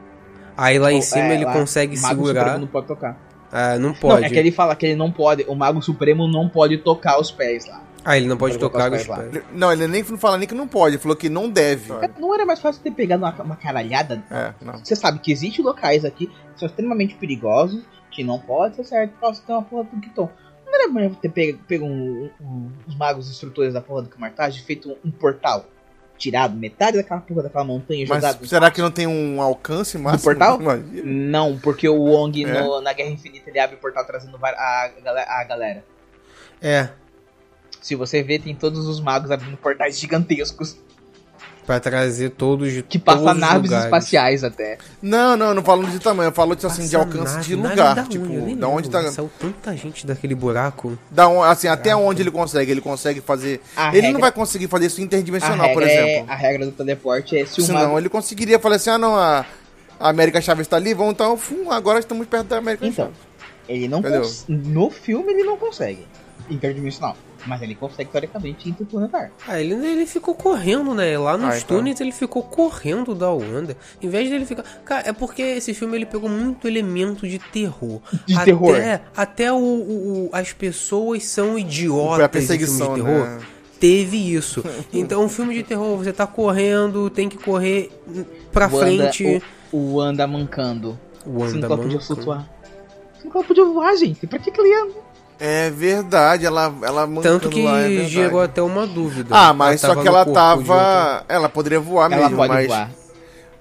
Aí lá em cima É, ele lá, consegue o Mago segurar. Supremo não pode tocar. Ah, não Não, pode. é que ele fala que ele não pode, o Mago Supremo não pode tocar os pés lá. Ah, ele não pode Não pode tocar colocar os os pés pés. Ele- Não, ele nem não fala nem que não pode, ele falou que não deve. Não era mais fácil ter pegado uma, uma caralhada? É, não. Você sabe que existem locais aqui que são extremamente perigosos, que não pode ser certo, posso ter uma porra do Kiton. Não era melhor ter pego, pego um- um- os magos instrutores da porra do Camartage e feito um, um portal? Tirado metade daquela porra daquela montanha e jogado. Mas será que não tem um alcance máximo? portal? Imagina. Não, porque o Wong É. no- na Guerra Infinita ele abre o portal trazendo var- a, gale- a galera. É, Se você ver, tem todos os magos abrindo portais gigantescos pra trazer todos de que passam todos os naves lugares. espaciais até. Não, não, não falo de tamanho, eu falo assim, de Passa alcance nave, de nave lugar. da tipo, onde? um, Eu nem da onde tá. lembro, Saiu tanta gente daquele buraco. Da on, assim, até onde ele consegue. Ele consegue fazer. A ele regra- não vai conseguir fazer isso interdimensional, por regra é- exemplo. a regra do teleporte é se o mago Senão ele conseguiria falar assim, ah não, a, a América Chaves tá ali, vamos então, fum, agora estamos perto da América Então, Chaves. ele não Entendeu? cons- No filme ele não consegue. Interdimensional. Mas ele consegue teoricamente interplanetar. Ah, ele, ele ficou correndo, né? Lá nos Ah, então. túneis ele ficou correndo da Wanda. Em vez dele ficar. Cara, é porque esse filme ele pegou muito elemento de terror. De até, terror. Até o, o- o- as pessoas são é. Foi a idiotas em perseguição, filme de terror. né? Teve isso. Então, um filme de terror, você tá correndo, tem que correr pra frente. O, o Wanda mancando. Você Wanda, nunca podia mano. flutuar. Você nunca podia voar, gente. Pra que que ele ia? É verdade, ela, ela Tanto que lá, é verdade. chegou até uma dúvida. Ah, mas Ela só tava que no ela corpo de outra- tava. Ela poderia voar Ela mesmo, pode mas. voar.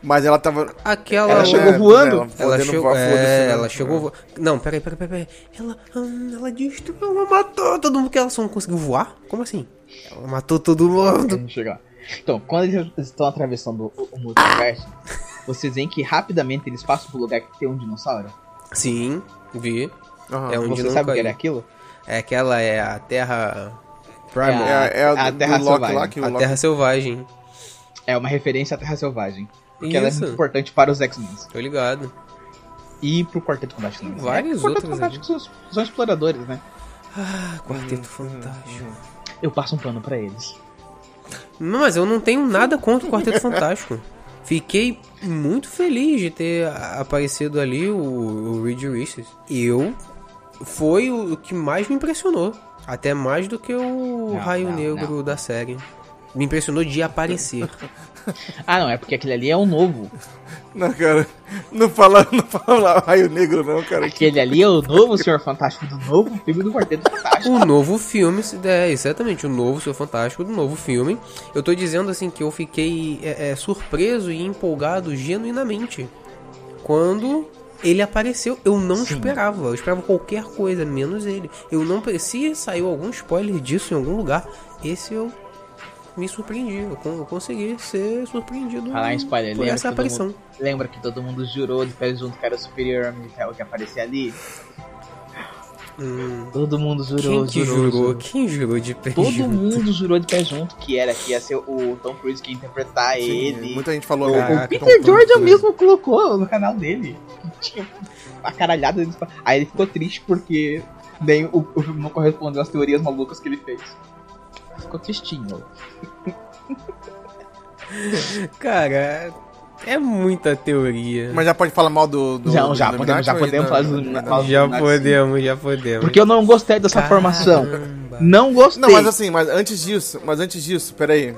Mas ela tava. Aquela. Ela né, chegou voando? Ela podendo chegou, voar, foda-se, é, né? ela chegou vo- Não, peraí, peraí, peraí. peraí. Ela, hum, ela destruiu, ela matou todo mundo que ela só não conseguiu voar? Como assim? Ela matou todo mundo. Vamos chegar. Então, quando eles estão atravessando o, o multiverso, vocês veem que rapidamente eles passam por lugar que tem um dinossauro. Sim, vi. Aham. É onde Você não sabe o que caiu. era aquilo? É aquela é a Terra Primal, É, a- é a, A do, Terra do Loki Selvagem. lá que o a Loki. Terra Selvagem. É uma referência à Terra Selvagem. Porque ela é Isso. muito importante para os X-Men. Tô ligado. E pro Quarteto Fantástico. não, né? Vários Quarteto outros Fantástico são, são exploradores, né? Ah, Quarteto Hum, Fantástico. Eu passo um pano pra eles. Não, mas eu não tenho nada contra o Quarteto Fantástico. Fiquei muito feliz de ter a- aparecido ali o, o Reed Richards. Eu foi o, o que mais me impressionou, até mais do que o Não, Raio não, Negro não. da série. Me impressionou de aparecer. Ah, não, é porque aquele ali é o novo. Não, cara. Não fala, não fala raio negro, não, cara. Aquele ali é o novo Senhor Fantástico do novo filme do Quarteto Fantástico. O novo filme, é, exatamente, o novo Seu Fantástico, do novo filme. Eu tô dizendo assim que eu fiquei é, é, surpreso e empolgado genuinamente quando ele apareceu. Eu não Sim. esperava, eu esperava qualquer coisa, menos ele. Eu não. pre- Se saiu algum spoiler disso em algum lugar, esse eu me surpreendi. Eu, con- eu consegui ser surpreendido Falar em spoiler, por lembra essa que todo aparição. Lembra que todo mundo jurou de pé junto que era o superior homem de ferro que aparecia ali? Hum, Todo mundo jurou, quem que jurou, jurou? jurou. Quem jurou de pé Todo junto? mundo jurou de pé junto que era, que ia ser o Tom Cruise que ia interpretar é ele. Muita gente falou. O- "Ah, o Tom Peter Cruise", É, Jordan né? mesmo colocou no canal dele. Tipo, a caralhada. dele. Aí ele ficou triste porque nem o, o filme não correspondeu às teorias malucas que ele fez. Ficou tristinho. Cara, é muita teoria. Mas já pode falar mal do. do Já- do já Illuminati podemos- já ou podemos ainda- falar dos Illuminati. já Nazi. podemos, já podemos. Porque eu não gostei dessa formação. Caramba. Não gostei. Não, mas assim, mas antes disso, mas antes disso, peraí.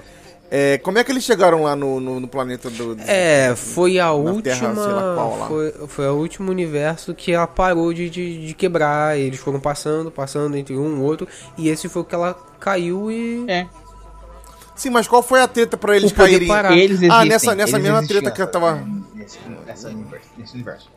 É, como é que eles chegaram lá no, no, no planeta do. do- É, foi a Na última. Terra, sei lá qual lá. Foi, foi o último universo que ela parou de, de, de quebrar. Eles foram passando, passando entre um e outro. E esse foi o que ela caiu e. É. Sim, mas qual foi a treta pra eles O poder caírem? parar. Eles existem, Ah, nessa- nessa eles mesma existiam treta que eu tava- Nesse, nessa universo, nesse universo.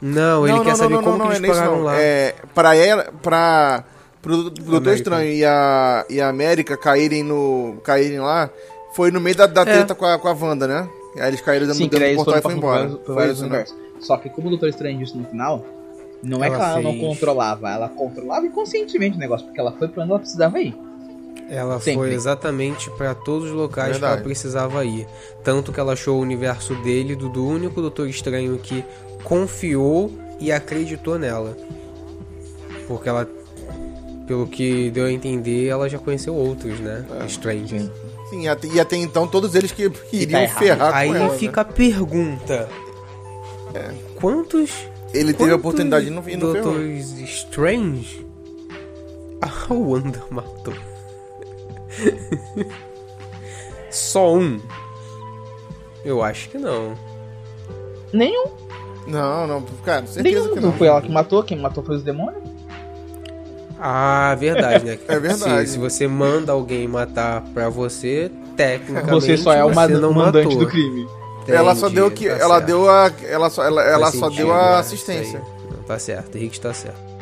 Não, ele quer saber como que eles é nisso, pararam lá. É, pra ela, pra pro Doutor América. Estranho e a, e a América caírem no caírem lá, foi no meio da, É. da treta com a, com a Wanda, né? Aí eles caíram dentro Sim, que dentro daí do eles portal foram e foi pra embora. vários- pra Foi vários isso, né? universos. Só que como o Doutor Estranho disse no final, não é Ela que ela não fez. controlava, ela controlava inconscientemente o negócio, porque ela foi pra onde ela precisava ir. Ela Sempre. foi exatamente pra todos os locais que ela Verdade. precisava ir. Tanto que ela achou o universo dele, do, do único Doutor Estranho que confiou e acreditou nela. Porque ela, pelo que deu a entender, ela já conheceu outros, né? Strange. É. Sim, e até, e até então todos eles que iriam errado. ferrar tá Aí com ela. né? É. fica a pergunta: Quantos. né? Ele teve a quantos oportunidade e não, e não ferrou. Doutores Strange a Wanda matou? Só um? Eu acho que não. Nenhum, Não, não, cara, certeza nenhum. que Não não. foi ela que matou, quem matou foi os demônios. Ah, verdade, né? É verdade. Se, se você manda alguém matar pra você, tecnicamente Você só é o ma- não mandante matou. do crime. Ela Entendi, só deu que tá ela certo. deu a ela só ela, ela Faz só sentido, deu né? a Isso assistência. aí. Não, Tá certo, Henrique tá certo.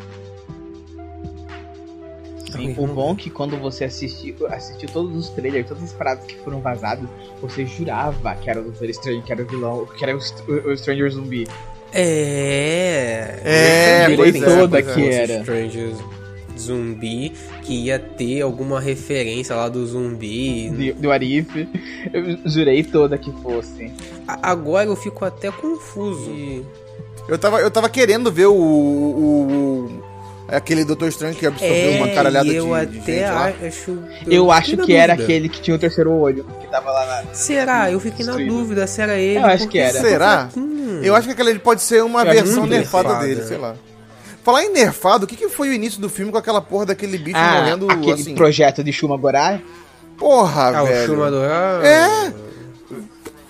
Sim, o bom é que quando você assistiu, assistiu todos os trailers, todas as paradas que foram vazadas, você jurava que era o Doutor Estranho, que era o vilão, que era o, Str- o Stranger Zumbi. É. É, Eu pois também é, pensava pois que é. fosse era. Stranger Zumbi que ia ter alguma referência lá do zumbi. Do, do Arif. Eu jurei toda que fosse. A- Agora eu fico até confuso. E- Eu tava, eu tava querendo ver o, o- o- aquele Doutor Estranho que absorveu uma caralhada É, e de, eu de até gente lá. acho. Eu, acho fiquei que na era dúvida. aquele que tinha o terceiro olho, que tava lá na. Será? Eu fiquei na Destruído. dúvida se era ele. Eu acho porque que era. ficou Será? fraquinho. Eu acho que aquele ele pode ser uma Era versão muito nerfada nerfada. dele, sei lá. Falar em nerfado, o que, que foi o início do filme com aquela porra daquele bicho Ah, morrendo aquele assim? projeto de Shuma Gorai? Porra, Ah, o velho. filmador. Ah, É.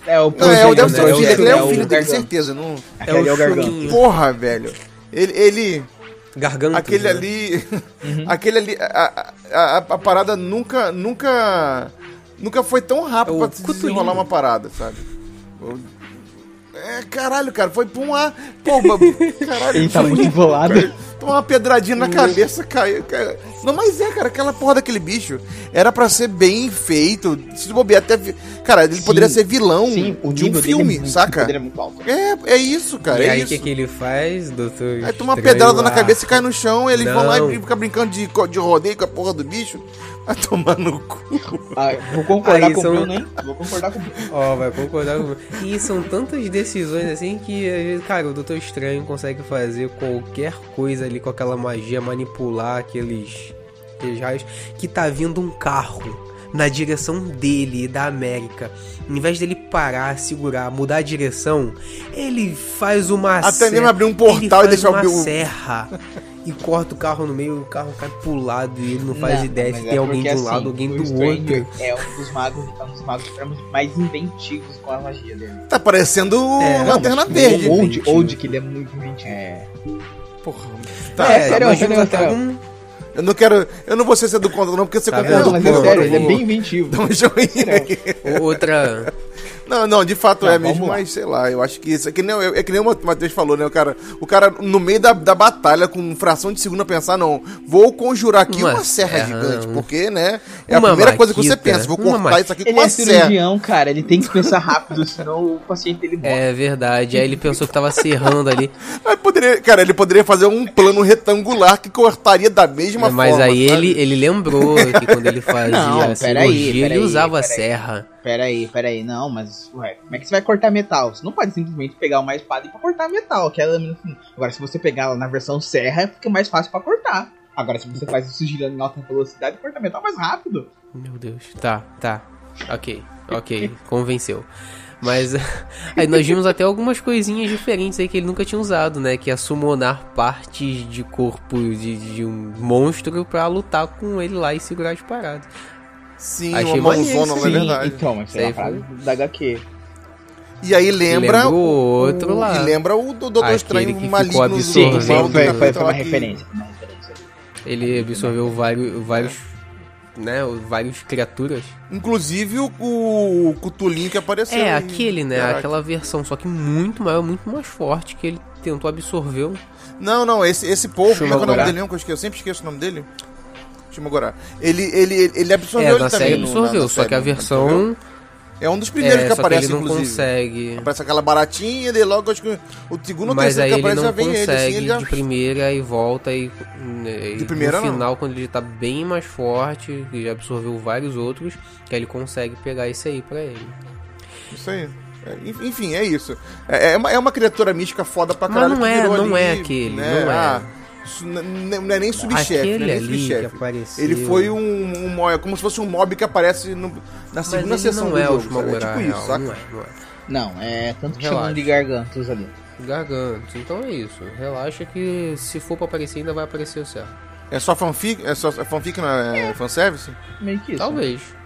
É o Não, é, Não, o deve né? ser o filho, É o- aquele é é o o filho dele, Garganta. certeza. Não... É o Aquele é o garganta. Chuminho. Porra, velho. Ele. ele... Garganta. Aquele né? Uhum. ali. Aquele ali. A, a, a- a parada nunca. Nunca. Nunca foi tão rápido É o pra se cutulinho. desenrolar uma parada, sabe? Eu- É, caralho, cara, foi pra um ar. Pô, ba- caralho. Ele Uhum. tá foi- muito embolado. Tomou uma pedradinha na cabeça, caiu, caiu. Não, mas é, cara, aquela porra daquele bicho era pra ser bem feito. Se bobear até. vi- Cara, ele Sim. poderia ser vilão de um nível dele é filme, muito- saca? o dele é muito alto. É, é isso, cara. E é aí, o isso. que, que ele faz, doutor? Aí toma uma Estranho pedrada lá? na cabeça e cai no chão, eles vão lá Não. e ficam brincando de, co- de rodeio com a porra do bicho. Vai tomar no cu. Ah, vou concordar Aí com são- o Bruno, hein? Vou concordar com o Bruno. Ó, vai concordar comigo. E são tantas decisões assim que, às vezes, cara, o Doutor Estranho consegue fazer qualquer coisa ali com aquela magia, manipular aqueles, aqueles raios. Que tá vindo um carro na direção dele, e da América. Em vez dele parar, segurar, mudar a direção, ele faz uma Até mesmo serra- abrir um portal e Tá ele faz deixar o uma Bill. serra. E corta o carro no meio, o carro cai pro lado e ele não faz Não, ideia mas se é tem alguém de porque, um lado, assim, alguém o do Stranger outro. É um dos magos, é um dos magos que eram mais inventivos com a magia dele. Tá parecendo É, Lanterna não, Verde. bom. Ou de, inventivo. ou de que ele é muito inventivo. É. Porra. É, sério, mas um sério, junta até sério. algum- Tá, Eu não quero. Eu não vou ser ser do contra, não, porque você Tá concordou Não, mas é Pô, um sério, eu ele é vou- bem inventivo. Dá um joinha aí. Outra. Não, não, de fato Não, é vamos mesmo, lá. mas sei lá, eu acho que isso é que nem, é que nem o Matheus falou, né? O cara, o cara no meio da, da batalha, com fração de segundo a pensar, não, vou conjurar aqui uma, Uma serra serra, gigante, um- porque, né? É a uma primeira coisa que você maquita, pensa, vou uma cortar maqui- isso aqui com Ele uma é serra. cirurgião, cara, ele tem que pensar rápido, senão o paciente dele morre. É verdade. Aí ele pensou que tava serrando ali. Aí poderia, cara, ele poderia fazer um plano retangular que cortaria da mesma forma. Mas aí sabe? ele, ele lembrou que quando ele fazia Não, a peraí, cirurgia, ele peraí, usava a peraí. serra. Pera aí, pera aí, não, mas ué, como é que você vai cortar metal? Você não pode simplesmente pegar uma espada e pra cortar metal, que é a lâmina assim. Agora, se você pegar ela na versão serra, fica mais fácil pra cortar. Agora, se você faz isso girando em alta velocidade, corta metal mais rápido. Meu Deus. Tá, tá. Ok, ok. Convenceu. Mas aí nós vimos até algumas coisinhas diferentes aí que ele nunca tinha usado, né? Que é sumonar partes de corpo de, de um monstro pra lutar com ele lá e segurar de parado. Sim, Achei uma maneiro, mãozona, não é sim. verdade? então, mas é Isso uma aí foi- frase da HQ. E aí lembra. Lembra o outro o- lá. E lembra o do Doutor Aquele Estranho que ficou maligno do- absurdo, do sim, mal do foi- capeta foi, foi uma lá que- referência. foi uma referência. Ele absorveu vários, vários, né, os- vários criaturas. Inclusive o, o cutulinho que apareceu. É, em- aquele, né, Caraca. aquela versão, só que muito maior, muito mais forte, que ele tentou absorver um... Não, não, esse, esse povo, como é que é o nome Shimogorá. dele? mesmo que Eu, esque- eu sempre esqueço o nome dele. Shimogorá. Ele, ele, ele, ele É, absorveu ele na também. série no- na- absorveu, na só que a série, absorveu. versão... É um dos primeiros É, que só que aparece, ele não inclusive. consegue... Aparece aquela baratinha, ele logo, acho que o segundo ou Mas terceiro aí que ele aparece já não vem ele, assim, consegue ele já... de primeira e volta e, né, De e primeira, no não. final, quando ele já tá bem mais forte, que já absorveu vários outros, que aí ele consegue pegar isso aí pra ele. Isso aí. É, en- enfim, é isso. É, é uma, é uma criatura mística foda pra Mas caralho. não que é- virou não ali, é aquele, né? não é. Ah, isso n- n- não é nem subchefe, não é Aquele nem ali que subchefe. apareceu... Ele foi um, um mo- é como se fosse um mob que aparece no- na Mas segunda ele sessão não do é o jogo. último sabe? É tipo isso, saca? não é, não é. Não, é tanto que Relaxa. chamam de gargantos ali. Gargantos. Então é isso. Relaxa que se for pra aparecer, ainda vai aparecer o céu. É só fanfic, é só é fanfic na é fanservice? Meio que isso. né? Talvez. É,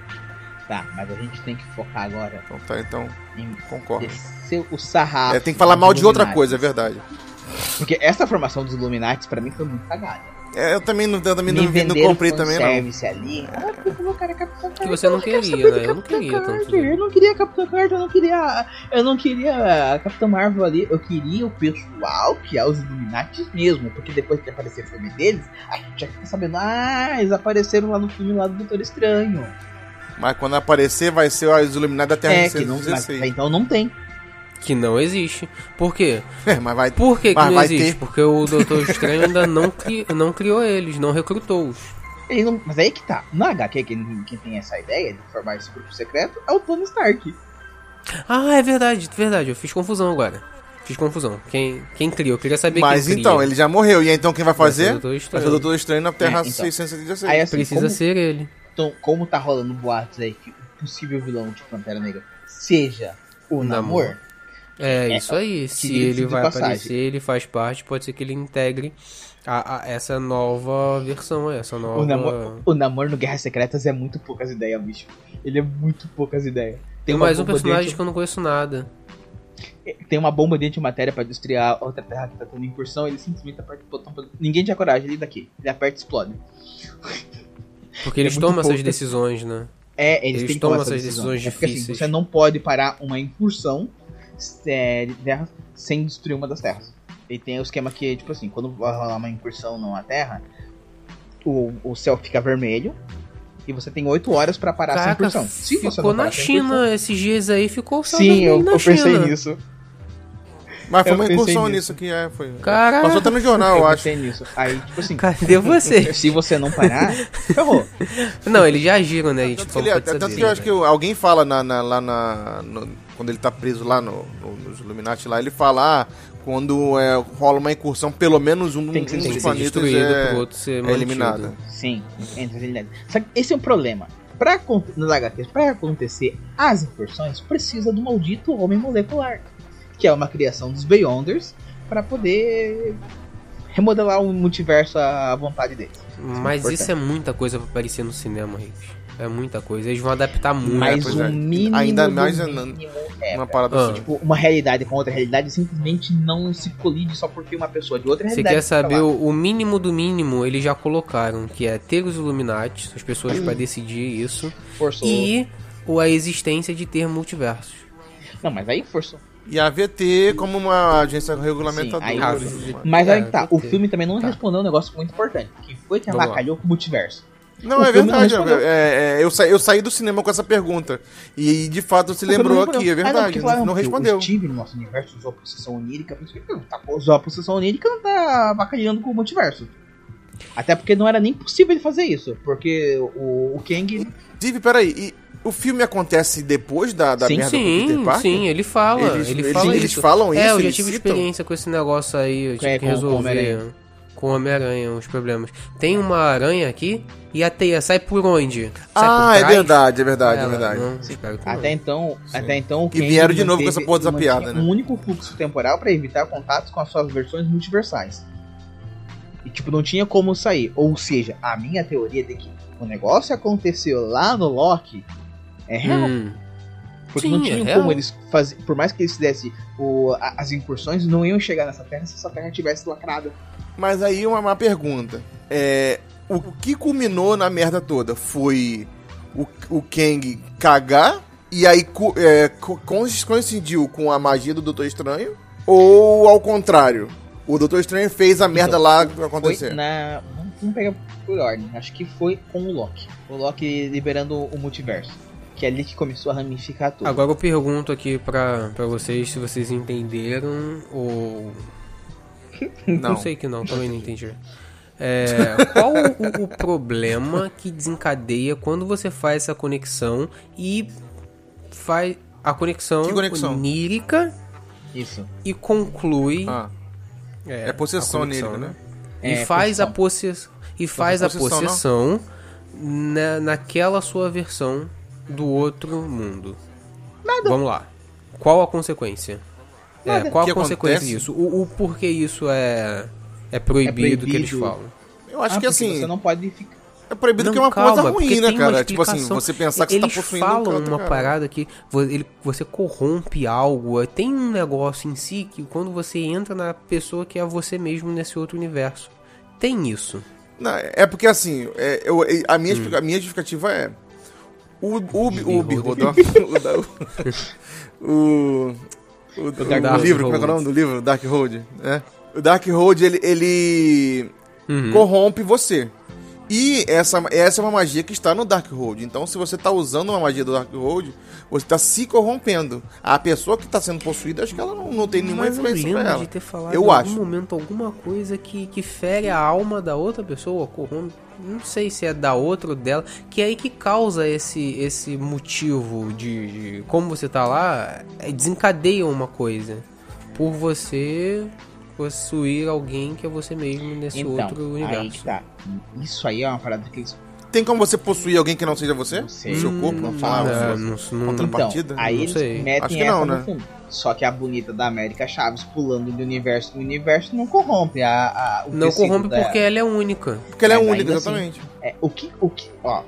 Tá, mas a gente tem que focar agora Então tá, então em concordo. descer o sarrafo. É, tem que falar mal de outra Illuminati. coisa, é verdade. Porque essa formação dos Illuminati, pra mim, foi muito cagada. É, eu também não, eu também não, Me vi- não venderam comprei também, não. fanservice ali. Ah, porque eu vou, cara, Capitão Que então Carter, você não eu quero queria, saber do né? Eu não Capitão queria tanto. Carter, Eu não queria Capitão Carter, eu não queria. Eu não queria a Capitã Marvel ali. Eu queria o pessoal que é os Illuminati mesmo. Porque depois que aparecer o filme deles, a gente já fica sabendo. Ah, eles apareceram lá no filme lá do Doutor Estranho. Mas quando aparecer, vai ser ó, os Iluminados da Terra é, que não. Mas, 616. então não tem. Que não existe. Por quê? É, mas vai Por que, que Mas não vai existe? ter. Porque o Doutor Estranho ainda não, cri- não criou eles, não recrutou-os. Ele não- Mas aí que tá. Na HQ, quem, quem tem essa ideia de formar esse grupo secreto é o Tony Stark. Ah, é verdade, verdade. Eu fiz confusão agora. Fiz confusão. Quem, quem criou? Eu queria saber Mas quem então, cria. ele já morreu. E aí, então quem vai Vai ser fazer? o Doutor Vai Estranho. ser o Doutor Estranho na Terra É, então. 616. Aí, assim, Precisa como- ser ele. Então, como tá rolando boatos aí que o possível vilão de Pantera Negra seja o Namor. Namor, É, É, isso aí. Se diga-se ele de vai passagem. aparecer, ele faz parte, pode ser que ele integre a, a- essa nova versão, é, essa nova. o Namor, o Namor no Guerras Secretas é muito poucas ideias, bicho. Ele é muito poucas ideias. Tem uma mais um bomba personagem de que eu não conheço nada. anti- Tem uma bomba de antimatéria pra destruir a outra terra que tá tendo incursão, ele simplesmente aperta o botão. pra- Ninguém tinha coragem, ele é daqui. Ele aperta e explode. Porque eles é muito tomam essas pouco. decisões, né? É, eles, Eles têm que tomam tomar essas essas decisões. decisões É porque, assim, difíceis. você não pode parar uma incursão é, de terra sem destruir uma das terras. E tem o esquema que, tipo assim, quando vai rolar uma incursão numa terra, o, o céu fica vermelho e você tem 8 horas pra parar essa Caraca, incursão. Se você ficou não parar na essa China incursão- esses dias aí, ficou só Sim, na- eu, na eu pensei China. nisso. Mas foi Eu uma pensei incursão nisso. nisso que é, foi. Caraca. Passou até no jornal, eu eu acho. pensei nisso. Aí, tipo assim, Cadê você? se você não parar, ferrou. não, eles já agiram, né? A gente Tanto que, só ele- é pode tanto saber, que eu acho né? que o- alguém fala na, na- lá na. no- quando ele tá preso lá no, no- nos Illuminati lá, ele fala, ah, quando é, rola uma incursão, pelo menos um, Tem que ser um Tem que dos ser planetas destruído é, pro outro ser é mantido. eliminado. Sim, entre as realidades. Só que esse é um problema. Pra, acon- nas HQs, pra acontecer as incursões, precisa do maldito homem molecular. Que é uma criação dos Beyonders pra poder remodelar o multiverso à vontade deles. Mas Importante. isso é muita coisa pra aparecer no cinema, Riggs. É muita coisa. Eles vão adaptar muito. Mas pois o é. mínimo Ainda do mais é na- mínimo é, Uma pra- parada Ah. assim. tipo, uma realidade com outra realidade simplesmente não se colide só porque uma pessoa de outra Você realidade... quer tá saber lá. o, o mínimo do mínimo, eles já colocaram, que é ter os Illuminati, as pessoas pra decidir isso, Forçou. e ou a existência de ter multiversos. Não, mas aí forçou. E a VT como uma agência regulamentadora. aí- e tudo mais. Mas É, aí que tá, o ok. filme também não Tá. respondeu um negócio muito importante. Que foi que Vamos lá. avacalhou com o multiverso. Não, O é filme não verdade. respondeu. é- é, eu, sa- eu saí do cinema com essa pergunta. E de fato se O filme lembrou não aqui, respondeu. é Ah, verdade. porque não, falaram não que respondeu. O Steve no nosso universo usou a possessão onírica. por isso que- Não, tá, usou a possessão onírica não tá avacalhando com o multiverso. Até porque não era nem possível ele fazer isso. Porque o, o Kang. Steve, peraí. E o filme acontece depois da, da Sim, merda com o Peter Sim, Parker? sim, ele fala. Eles- ele eles- fala eles isso. falam É, isso, eu já eles tive citam? experiência com esse negócio aí, eu tive É, que com- com resolver Homem-Aranha. com o Homem-Aranha uns problemas. Tem uma aranha aqui e a teia sai por onde? Sai por Ah, é trás? verdade, é verdade, é Ela- verdade. Ah, não, espero que não. Até então, Sim. até então o E vieram de novo com manteve- essa porra dessa mantinha piada, né? Um único fluxo temporal pra evitar contatos com as suas versões multiversais. E tipo, não tinha como sair. Ou seja, a minha teoria de que o negócio aconteceu lá no Loki é real. Hum, Porque Sim, é não tinha real. como eles fazerem. Por mais que eles fizessem o- a- as incursões, não iam chegar nessa terra se essa terra tivesse lacrada. Mas aí uma má pergunta. É, o que culminou na merda toda? Foi o, o Kang cagar e aí co- é, co- cons- coincidiu com a magia do Doutor Estranho? Ou ao contrário? O Doutor Estranho fez a merda Então, lá acontecer. Foi na. Vamos, vamos pegar por ordem. Acho que foi com o Loki. O Loki liberando o multiverso. Que é ali que começou a ramificar tudo. Agora eu pergunto aqui pra, pra vocês se vocês entenderam ou. Não. sei que não, também não entendi. É, qual o, o problema que desencadeia quando você faz essa conexão e faz a conexão, Que conexão? onírica Isso. e conclui Ah, é é, possessão a conexão, nele, né? E É, faz a possessão. possessão e faz a possessão, possessão na, naquela sua versão do outro mundo. Nada. Vamos lá. Qual a consequência? É, Nada. qual a Que consequência acontece? disso? O, o porquê isso é é proibido, que eles proibido. falam? Eu acho Ah, porque que assim, Você não pode ficar. é proibido Não, que é uma calma, coisa porque ruim, né, tem uma cara? Tipo assim, explicação. você pensar que você eles tá possuindo um falam canto, uma cara. parada que vo- ele, você corrompe algo. é, Tem um negócio em si que quando você entra na pessoa que é você mesmo nesse outro universo. Tem isso. Não, é porque assim, é, eu, é, a, minha explica- a minha justificativa é. O, o, o, o Birodó. O, da- o, o, o, o Dark livro, como é que é o Hold. nome do livro? Dark Hold. Né? O Dark Hold, ele, ele corrompe você. E essa, essa é uma magia que está no Dark Hold. Então, se você está usando uma magia do Dark Hold, você está se corrompendo. A pessoa que está sendo possuída, acho que ela não, não tem nenhuma Mas eu influência lembro pra ela. de ter falado Eu em acho. algum momento alguma coisa que, que fere a alma da outra pessoa, corrompe. Não sei se é da outra ou dela, que é aí que causa esse, esse motivo de, de como você tá lá, é, desencadeia uma coisa. Por você possuir alguém que é você mesmo nesse outro Então, aí que universo. tá. Isso aí é uma parada que eles. Tem como você possuir alguém que não seja você? Não sei. Seu Hum, corpo, não sei lá, fala. sua- é, não- não- Outra Então, partida? aí Não eles sei. metem Acho que essa não, no né? filme. Só que a bonita da América Chaves pulando de universo em universo não corrompe a, a- o não tecido corrompe da- porque ela é única. Porque ela é Mas única, ainda assim, exatamente. É, o que, o que, ó,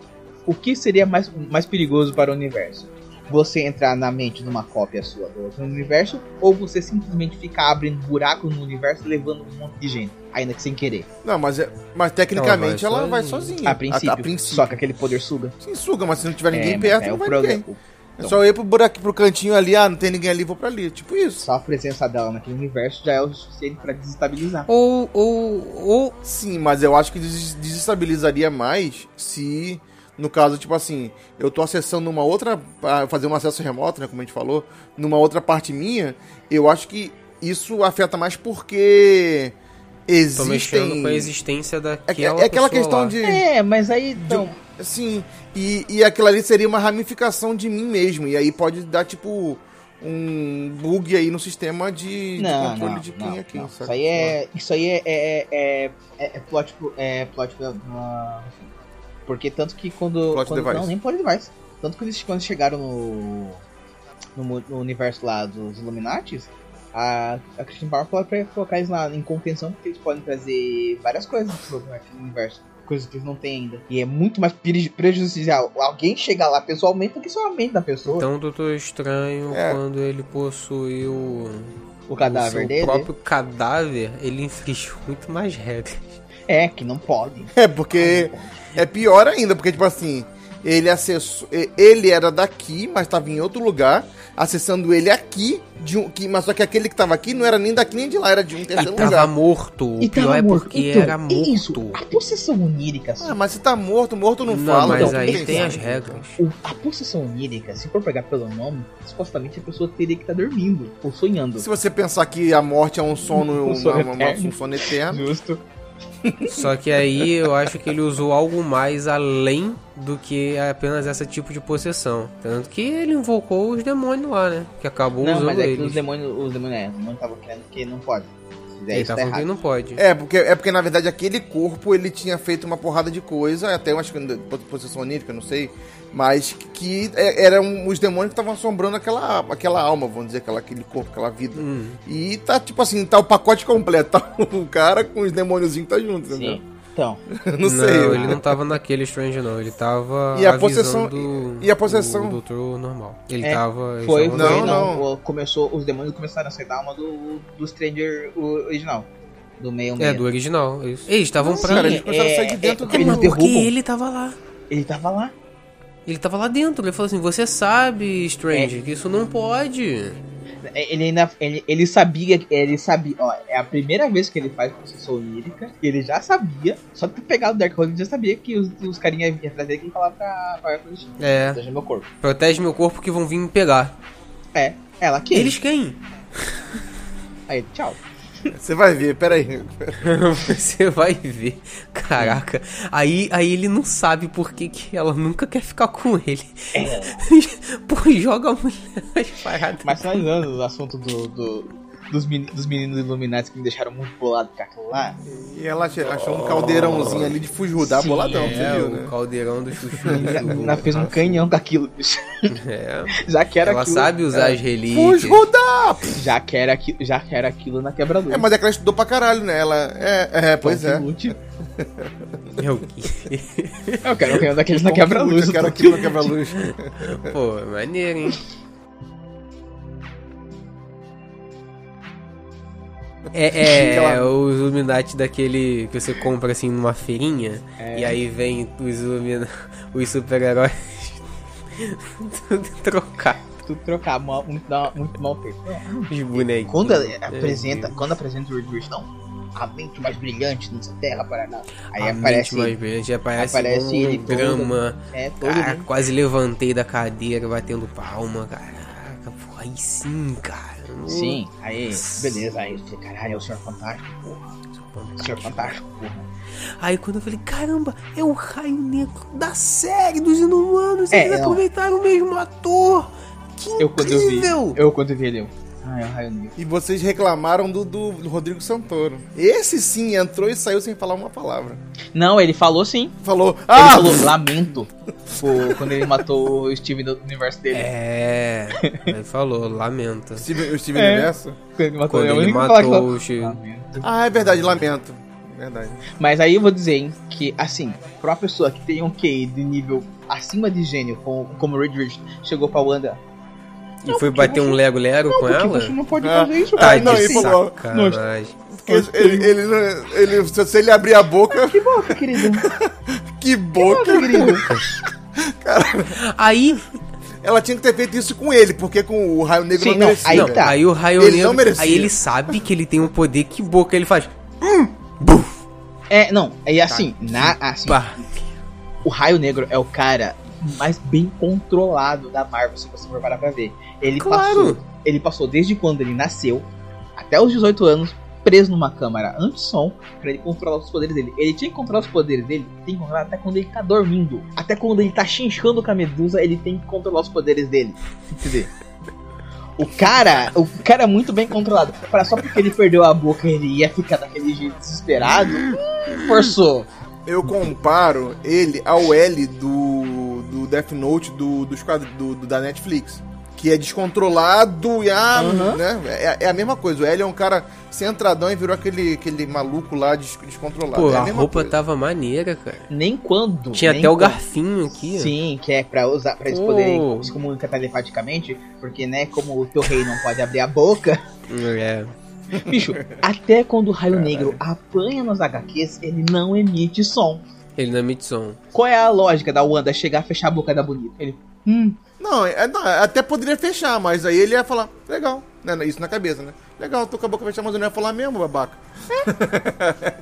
o que seria mais, mais perigoso para o universo? Você entrar na mente de uma cópia sua do outro universo ou você simplesmente ficar abrindo buraco no universo e levando um monte de gente, ainda que sem querer, Não, mas, é- mas tecnicamente Ela ela vai vai sozinha. sozinha. a princípio. A, a princípio. Só que aquele poder suga. Sim, suga, mas se não tiver ninguém É, mas perto, é não o vai problema. Então- ninguém. É só eu ir pro buraco, pro cantinho ali, ah, não tem ninguém ali, vou pra ali. Tipo isso. Só a presença dela naquele universo já é o suficiente para desestabilizar. Ou, ou, ou Sim, mas eu acho que des- desestabilizaria mais se, no caso, tipo assim, eu tô acessando uma outra. ah, fazer um acesso remoto, né, como a gente falou, numa outra parte minha, eu acho que isso afeta mais porque. tô Existem. mexendo com a existência É, que- daquela é aquela pessoa questão lá. de. É, mas aí então, Sim, e, e aquilo ali seria uma ramificação de mim mesmo. E aí pode dar, tipo, um bug aí no sistema de, de não, controle não, de quem não, é quem. não. saca? Isso aí é, isso aí é, é, é, é, é plot, pro- é plot pra- pra- porque tanto que quando, Plot quando device. não nem plot device, tanto que eles quando chegaram no no, mu- no universo lá dos Illuminati, a, a Christian Power pode pre- colocar eles lá em contenção porque eles podem trazer várias coisas pro pro universo. Coisas que eles não têm ainda. E é muito mais peri- prejudicial alguém chegar lá pessoalmente do que só a mente da pessoa. Então o Doutor Estranho, É. quando ele possuiu o o seu cadáver dele. próprio cadáver, ele infringiu muito mais regras. É, que não pode. É, porque é pior ainda, porque, tipo assim, ele acessou, e- ele era daqui, mas estava em outro lugar, acessando ele aqui, de um, que, mas só que aquele que estava aqui não era nem daqui nem de lá, era de um E terceiro tava lugar. morto. O é. E pior tava é morto. porque Então, era é morto. Isso, a possessão onírica, Ah, assim, mas se tá morto, morto não, Não, fala. mas então, aí quem tem sabe? as regras. o- a possessão onírica, se for pegar pelo nome, supostamente a pessoa teria que estar dormindo ou sonhando. Se você pensar que a morte é um sono, Um um, sono uma- uma- eterno. um sono eterno, Justo. Só que aí eu acho que ele usou algo mais além do que apenas esse tipo de possessão. Tanto que ele invocou os demônios lá, né? Que acabou Não, mas usando é que os eles. demônios, os demônios, é, os demônios estavam querendo que não pode. Se fizer Ele isso, tá tá falando que errado. não pode. É, porque, é porque na verdade aquele corpo ele tinha feito uma porrada de coisa, até eu acho que po- possessão onírica, não sei, mas que é- eram os demônios que estavam assombrando aquela, aquela alma, vamos dizer, aquela, aquele corpo, aquela vida. Hum. E tá tipo assim, tá o pacote completo, tá o cara com os demôniozinhos tá junto, entendeu? Sim. Então, Não sei. né? ele não tava naquele Strange, não. Ele tava. E a avisando possessão- do- e a possessão- do doutor normal. Ele É, tava. foi, ele tava- não, foi, não, não. o- Começou, os demônios começaram a sair da alma do, do Stranger o- original. Do meio É, meio. do original. Isso. Eles estavam Não, pra. cara, ele. eles começaram a sair de dentro é, dele. eles derrubam. Ele... tava lá. tava lá. Ele tava lá dentro. Ele falou assim: Você sabe, Strange, que isso não pode. É, Ele ainda. Ele, ele sabia. Ele sabia. Ó, é a primeira vez que ele faz possessão lírica. Ele já sabia. Só de pegar o Dark Horse, ele já sabia que os, os carinhas iam atrás dele que iam falar pra. pra proteger É, meu corpo. protege meu corpo que vão vir me pegar. É, ela que. é. Eles quem? Aí, tchau. Você vai ver, peraí. Você vai ver. Caraca. Aí, aí ele não sabe por que, que ela nunca quer ficar com ele. Pô, joga a mulher as paradas. É. Mas finalizando o assunto do, do- dos, meni- dos meninos iluminados que me deixaram muito bolado com aquilo lá. E ela ach- achou um caldeirãozinho ali de fujudar Sim, boladão, É, você viu, o né? caldeirão do chuchu. Ela ela fez um canhão com aquilo, bicho. É. Já que era Ela aquilo. sabe usar as relíquias. Fujudar! Já que era aquilo, já que era aquilo na quebradura. É, mas é que ela estudou pra caralho, né? Ela. É, é, pois é. Útil. É o quê? Eu quero um canhão daqueles na Ponte quebra-luz. é. Eu quero tô- aquilo na quebra-luz. Pô, é maneiro, hein? É, é, é os Illuminati daquele que você compra assim numa feirinha É. e aí vem os, ilumina... os super-heróis tudo trocar Tu trocar mal- muito, da- muito mal feito. Não. os bonequinhos. Quando ela É, apresenta, quando apresenta o Virgão, a mente mais brilhante nessa terra, Paraná. Aí a aparece. mente mais brilhante, aparece, aparece um ele todo, drama. É, todo Cara, mundo. quase levantei da cadeira batendo palma, caraca, porra, aí sim, cara. Sim, aí, beleza. Aí eu falei, caralho, é o Senhor Fantástico, porra. O Senhor Fantástico, porra. Aí quando eu falei, caramba, é o raio negro da série dos inumanos, É, eles não. aproveitaram o mesmo ator. Que Eu quando eu vi. incrível! Eu quando eu vi ele, eu. Ah, é o Raio Negro. E vocês reclamaram do, do, do Rodrigo Santoro. Esse sim entrou e saiu sem falar uma palavra. Não, ele falou sim. Falou. Ele Ah! falou lamento. pô, quando ele matou o Steve do universo dele. É, ele falou, lamenta. O Steven, o Steven É. Universo? Quando ele matou, Quando é o ele único que fala que matou falou, o Steve. "Lamento". Ah, é verdade, lamento. Verdade. Mas aí eu vou dizer, hein, que assim, pra uma pessoa que tem um QI de nível acima de gênio, como, como o Ridge chegou pra Wanda. E foi bater um Lego Lero com Por que ela? você não pode Ah, fazer isso, ah, Tá cara? não, de ele falou, sacanagem. Porque Ele, ele, não- ele- se se ele abrir a boca, Que boca, querido. que boca! Que querido. Aí, Ela tinha que ter feito isso com ele, porque com o Raio Negro Sim, não, merecia, aí velho. tá. aí o raio Ele não negro, merecia. aí ele sabe que ele tem um poder, que boca ele faz. Hum, buf, É, não, é assim, Tá. na, assim, pá. O Raio Negro é o cara mais bem controlado da Marvel, se você for parar pra ver. Ele Claro. passou, ele passou desde quando ele nasceu até os 18 anos preso numa câmara anti-som pra ele controlar os poderes dele. Ele tinha que controlar os poderes dele, tem que controlar até quando ele tá dormindo, até quando ele tá chinchando com a Medusa, ele tem que controlar os poderes dele. Entendeu? O cara, o cara é muito bem controlado. Para só porque ele perdeu a boca, ele ia ficar daquele jeito desesperado. hum, Forçou. Eu comparo ele ao L do, do Death Note do, dos quadros, do, do- da Netflix. Que é descontrolado e ah, Aham. né? É, é a mesma coisa. O L é um cara centradão e virou aquele, aquele maluco lá des- descontrolado. Pô, é a mesma roupa tá- coisa. tava maneira, cara. Nem quando. Tinha nem até o quando. garfinho aqui. ó. Sim, que é pra usar pra eles Oh. poderem se comunicar telepaticamente, porque né, como o teu rei não pode abrir a boca, É. bicho, até quando o raio negro apanha nos HQs, ele não emite som. Ele na Midson. Qual é a lógica da Wanda chegar, fechar a boca da bonita? Ele, hum, Não, é- não, até poderia fechar, mas aí ele ia falar, legal, né? Isso na cabeça, né? Legal, tô com a boca fechada, mas eu não ia falar mesmo, babaca.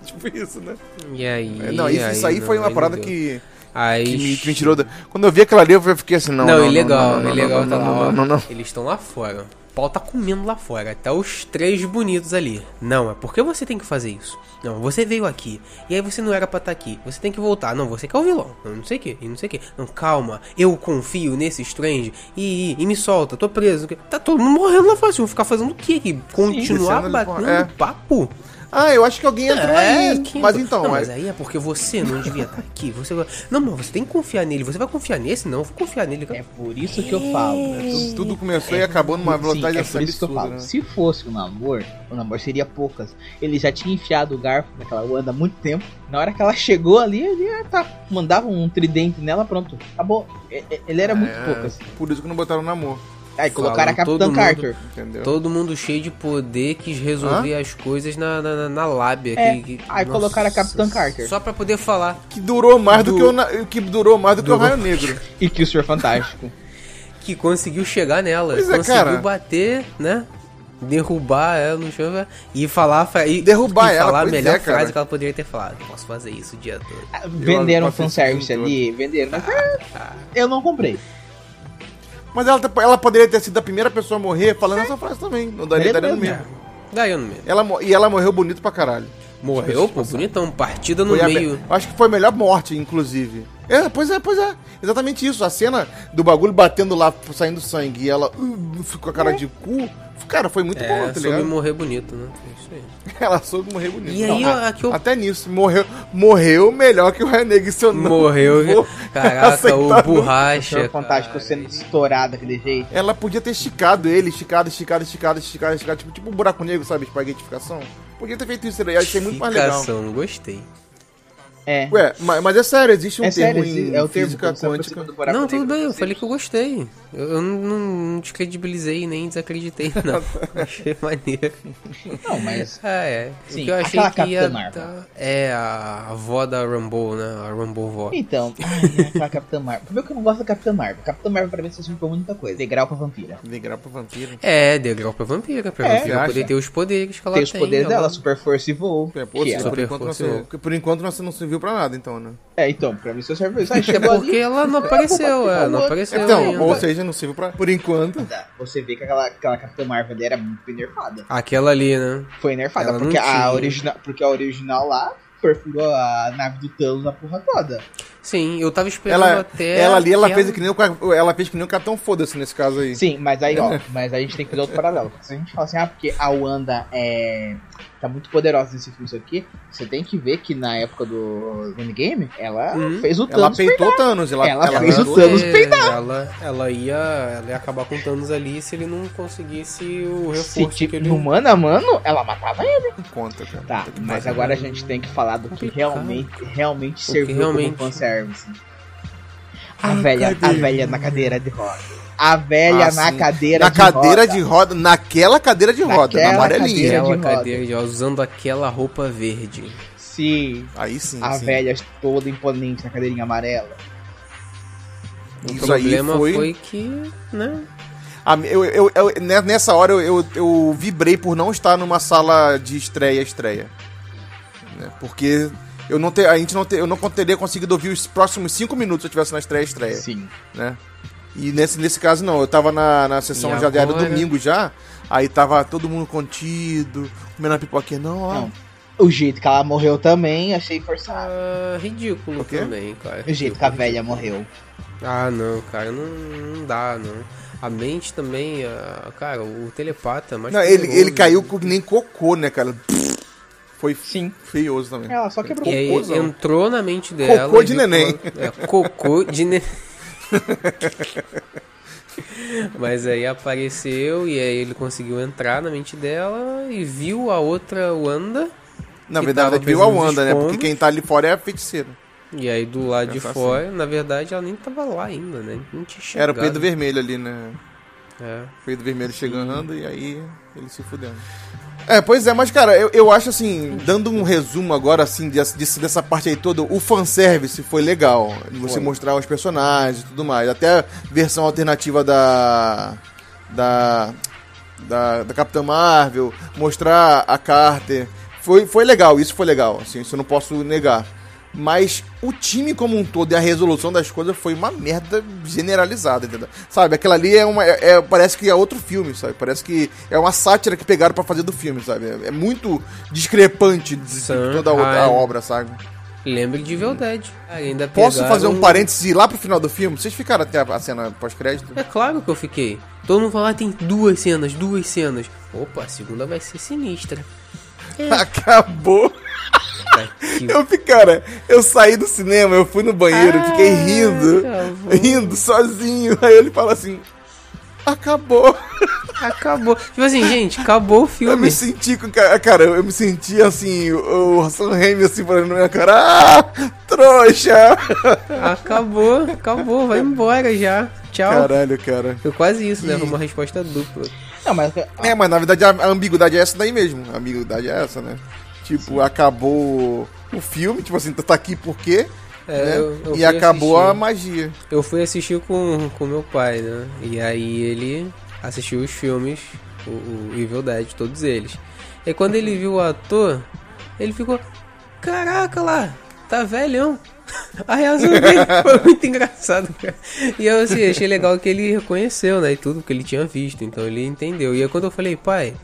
tipo isso, né? E aí. É, não, isso, isso aí foi não, uma não parada deu. que. Aí. Que me, que me tirou da... Quando eu vi aquela ali, eu fiquei assim, não. Não, ilegal, não, ilegal não, tá lá. não, ó. não, não, não. Eles estão lá fora. O pau tá comendo lá fora. Tá os três bonitos ali. Não, é porque você tem que fazer isso. Não, você veio aqui. E aí você não era pra estar aqui. Você tem que voltar. Não, você que é o vilão. Não, não sei o que. E não sei o que. Não, calma. Eu confio nesse Strange. E, e, e me solta. Tô preso. Tá todo mundo morrendo lá fora. Vocês vão ficar fazendo o quê aqui? Continuar descendo ali batendo fora. É. papo? Ah, eu acho que alguém entrou É, aí. que- Mas então, Não, mas mas aí é porque você não devia estar aqui. Você... Não, mas você tem que confiar nele. Você vai confiar nesse? Não, eu vou confiar nele. é por isso que eu falo. tudo- tudo começou e acabou numa velocidade Sim, é assim por isso que eu absurda, falo. né? Se fosse um namoro, o namoro seria poucas. Ele já tinha enfiado o garfo naquela Wanda há muito tempo. Na hora que ela chegou ali, ele ia tá, mandava um tridente nela, pronto. Acabou. E- e- Ele era muito poucas. Por isso que não botaram no amor, Aí colocaram a Falou Capitã É, todo Carter. entendeu? Todo mundo cheio de poder quis resolver as coisas na, na, na- na lábia. É, que, que- aí colocaram a Capitã Carter. Só pra poder falar Que durou mais do, Du- que o na- que durou mais do que o Durou. Raio Negro. E que o Senhor Fantástico. que conseguiu chegar nela. Pois é, conseguiu cara. bater, né? Derrubar ela no chão né? e falar a fra- e, Derrubar e ela, falar a pois melhor é, cara. frase que ela poderia ter falado. Posso fazer isso o dia todo. Ah, venderam Eu faço fanservice isso tudo. ali, venderam. Mas, ah, tá. eu não comprei. Mas ela, tá, ela poderia ter sido a primeira pessoa a morrer falando essa frase também. Não daria, daria no mesmo. Daí eu no meio. Ela, mo- e ela morreu bonito pra caralho. Morreu, pô, bonitão. Partida no Foi a meio. me- eu acho que foi a melhor morte, inclusive. É, pois é, pois é. Exatamente isso. A cena do bagulho batendo lá, saindo sangue, e ela uh, ficou com a cara de cu. Cara, foi muito bom, É, tá soube ligado? morrer bonito, né? É Isso aí. Ela soube morrer bonito. E aí, Não, ó, aqui eu- Até nisso, morreu, morreu melhor que o Renegade, se eu não Morreu. vou Caraca, o aceitar O borracha. Senhor Fantástico cara. sendo estourado daquele jeito. Ela podia ter esticado ele, esticado, esticado, esticado, esticado, esticado, tipo, tipo um buraco negro, sabe? Espaguetificação. Podia ter feito isso, ia ser muito mais legal. Ficação, gostei. É. Ué, mas, mas é sério, existe um é termo sério, em esse é o termo física quando você aproxima quântica. do buraco não, tudo negro, bem, eu você- falei que eu gostei. Eu, eu não, não descredibilizei nem desacreditei, não. achei maneiro. Não, mas Ah, é. Sim, o que eu achei aquela que ia. Capitã Marvel. tá- É a avó da Rambo, né? A Rambo vó. Então, ai, aquela Capitã Marvel. Primeiro que eu não gosto da Capitã Marvel. Capitã Marvel pra mim se simplificou muita coisa. Degrau pra vampira. Vem gravar pro vampiro. É, deu grau pra vampira, pra É, vampira acha? poder ter os poderes que ela tem tem. tá os poderes ela- é. dela, super força e voo. É, pô, que sim, é. por, enquanto não Superforça. serviu, porque por enquanto não se- não serviu pra nada, então, né? É, então, pra mim só serve tá isso. Aí É chegou porque ali, ela não apareceu, é, não apareceu. Então, ainda. ou seja, não serviu pra. Por enquanto. tá, você vê que aquela, aquela Capitã Marvel ali era muito nerfada. Aquela ali, né? Foi nerfada, Ela não porque a, tinha. original, porque a original lá perfurou a nave do Thanos na porra toda. Sim, eu tava esperando Ela, até. ela ali, ela que fez que nem o ca- ela fez que nem o Capitão Foda-se nesse caso aí. Sim, mas aí, É. ó, mas a gente tem que fazer outro paralelo. Se a gente fala assim, ah, porque a Wanda é. tá muito poderosa nesse filme, isso aqui, você tem que ver que na época do Endgame, ela Uhum. fez o Ela Thanos. peitou o Thanos, ela, Ela ela fez o mandou- Thanos. Thanos É, peidar. Ela, ela, ia, ela ia acabar com o Thanos ali se ele não conseguisse o Se reforço tipo, que ele... no mano a mano, ela matava ele. Conta, cara. Tá, Puta que mas pariu. agora a gente tem que falar do que Complicado. realmente, realmente que serviu realmente- como fanservice. A velha, a velha na cadeira de roda. A velha Ah, na sim. cadeira Na de cadeira roda. de roda, naquela cadeira de roda, na Naquela amarelinha. cadeira. Aquela de roda. É cadeira de roda, usando aquela roupa verde. Sim, Aí sim. a sim. velha toda imponente na cadeirinha amarela. O Isso aí problema foi- foi... que, né? A- eu- eu- eu- ne- nessa hora eu, eu- eu vibrei por não estar numa sala de estreia estreia. Né? Porque eu não ter, a gente não ter, eu não teria conseguido ouvir os próximos cinco minutos se eu estivesse na estreia estreia. Sim. Né? E nesse, nesse caso não, eu tava na, na sessão E já diária do agora? domingo já, aí tava todo mundo contido, comendo a pipoquinha, não, ó. Não. O jeito que ela morreu também, achei forçado. Ah, ridículo O quê? também, cara. O jeito que a velha morreu. Ah, não, cara, não, não dá, não. A mente também, ah, cara, o telepata é mais Não, ele, poderoso. ele caiu com- que nem cocô, né, cara? Foi Sim. feioso também. Ela só quebrou E aí, cocôzão. entrou na mente dela. Cocô de e viu neném. que ela- É, cocô de neném. Mas aí apareceu e aí ele conseguiu entrar na mente dela e viu a outra Wanda. Na que verdade, tava viu a fazendo Wanda, né? Porque escombros. quem tá ali fora é a feiticeira. E aí do lado de Pensar fora, na verdade, ela nem tava lá ainda, né? Não tinha chegado. Era o Pedro Vermelho ali, né? É. Pedro Vermelho chegando e aí ele se fudendo. É, pois é, mas cara, eu, eu acho assim, dando um resumo agora, assim, dessa, desse- dessa parte aí toda, o fanservice foi legal. De você mostrar os personagens e tudo mais. Até a versão alternativa da. Da. Da, da Capitã Marvel, mostrar a Carter. Foi, foi legal, isso foi legal, assim, isso eu não posso negar. Mas o time como um todo e a resolução das coisas foi uma merda generalizada, entendeu? Sabe, aquela ali é uma. é- é- parece que é outro filme, sabe? Parece que é uma sátira que pegaram pra fazer do filme, sabe? É, é muito discrepante de, de Sondheim. toda a, outra- a obra, sabe? Lembre de Veldet. Ainda Posso pegaram- fazer um parêntese lá pro final do filme? Vocês ficaram até a, a cena pós-crédito? É claro que eu fiquei. Todo mundo fala, ah, tem duas cenas, duas cenas. Opa, a segunda vai ser sinistra. Acabou! Tá que Eu, fi- cara, eu saí do cinema, eu fui no banheiro, fiquei rindo, Ah, acabou. rindo sozinho. Aí ele fala assim: acabou. Acabou. Tipo assim, gente, acabou o Eu filme. me senti com. ca- Cara, eu me senti assim, o o Sam Raimi assim falando na minha cara. Ah, trouxa! Acabou, acabou, vai embora já. Tchau. Caralho, cara. Foi quase isso, né? Foi uma resposta dupla. Não, mas. É, mas na verdade a a ambiguidade é essa daí mesmo. A ambiguidade é essa, né? Tipo, acabou o filme, tipo assim, tá aqui por quê? É, né? eu- eu e fui acabou assistir. a magia. Eu fui assistir com com meu pai, né? E aí ele assistiu os filmes, o, o Evil Dead, todos eles. E quando ele viu o ator, ele ficou: Caraca lá, tá velhão. A reação dele foi muito engraçado, cara. E eu assim, achei legal que ele reconheceu, né? E tudo que ele tinha visto, então ele entendeu. E aí quando eu falei, pai,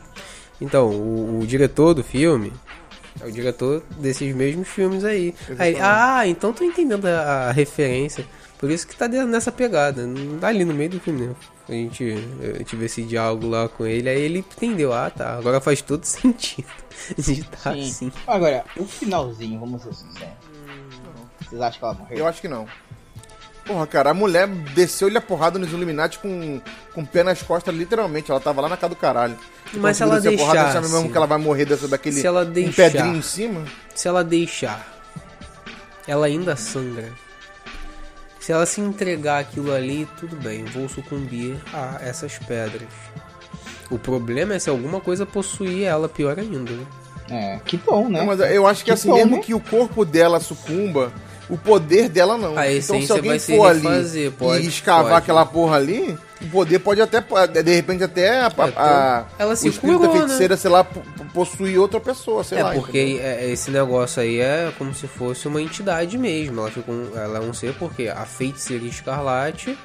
então, o, o diretor do filme é o diretor desses mesmos filmes aí. Aí, ah, então tô entendendo a, a referência. Por isso que tá de- nessa pegada. Não tá ali no meio do filme, né? A gente, eu tive esse diálogo lá com ele, aí ele entendeu. Ah, tá. Agora faz todo sentido. De tá Ah, Sim. assim. Agora, o finalzinho, vamos ser sinceros. Vocês acham que ela morreu? Eu acho que não. Porra, cara, a mulher desceu-lhe a porrada nos Illuminati com, com o pé nas costas, literalmente. Ela tava lá na casa do caralho. Mas se ela Conseguiu descer a porrada, sabe mesmo deixasse- que ela vai morrer dessa, daquele se ela um deixar- pedrinho em cima? Se ela deixar, ela ainda sangra. Se ela se entregar aquilo ali, tudo bem, eu vou sucumbir a essas pedras. O problema é se alguma coisa possuir ela, pior ainda. né? É, que bom, né? Não, mas eu acho que, Que assim, bom, mesmo né? que o corpo dela sucumba, o poder dela não. Então, A se essência alguém vai se for ali refazer, pode, e escavar pode. aquela porra ali, o poder pode até, de repente, até a, É, a- a- ela se o espírito curou, da feiticeira, sei lá, po- po- possuir outra pessoa, sei é lá. porque é- esse negócio aí é como se fosse uma entidade mesmo. Ela, fica um- ela é um ser porque a feiticeira escarlate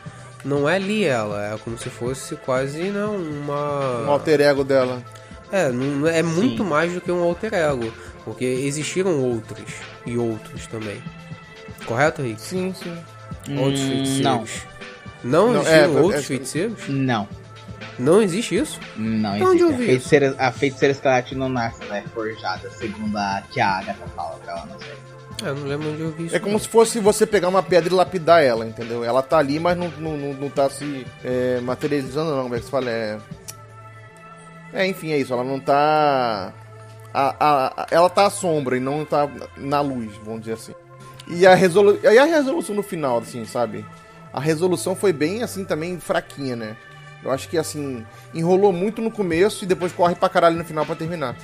não é ali ela. É como se fosse quase não, uma. Um alter ego dela. É, não, não- é muito mais do que um alter ego. Porque existiram outros e outros também. Correto, Rick? Sim, sim. Outros Hum, feiticeiros. Não, Não, existiram é, outros é- feiticeiros? Não. Não existe isso. Não, Onde existe. eu a, vi feiticeira, a feiticeira escarlate não nasce, ela é forjada, segundo a que a Agatha fala pra ela, não sei. É, não lembro onde eu vi isso. É como se fosse você pegar uma pedra e lapidar ela, entendeu? Ela tá ali, mas não, não, não, não tá se é, materializando, não. Como é que se fala? É... é, enfim, é isso. Ela não tá. a- a- a- ela tá à sombra e não tá na luz, vamos dizer assim. E a, resolu... e a resolução no final, assim, sabe? A resolução foi bem, assim, também fraquinha, né? Eu acho que, assim, enrolou muito no começo e depois corre pra caralho no final pra terminar.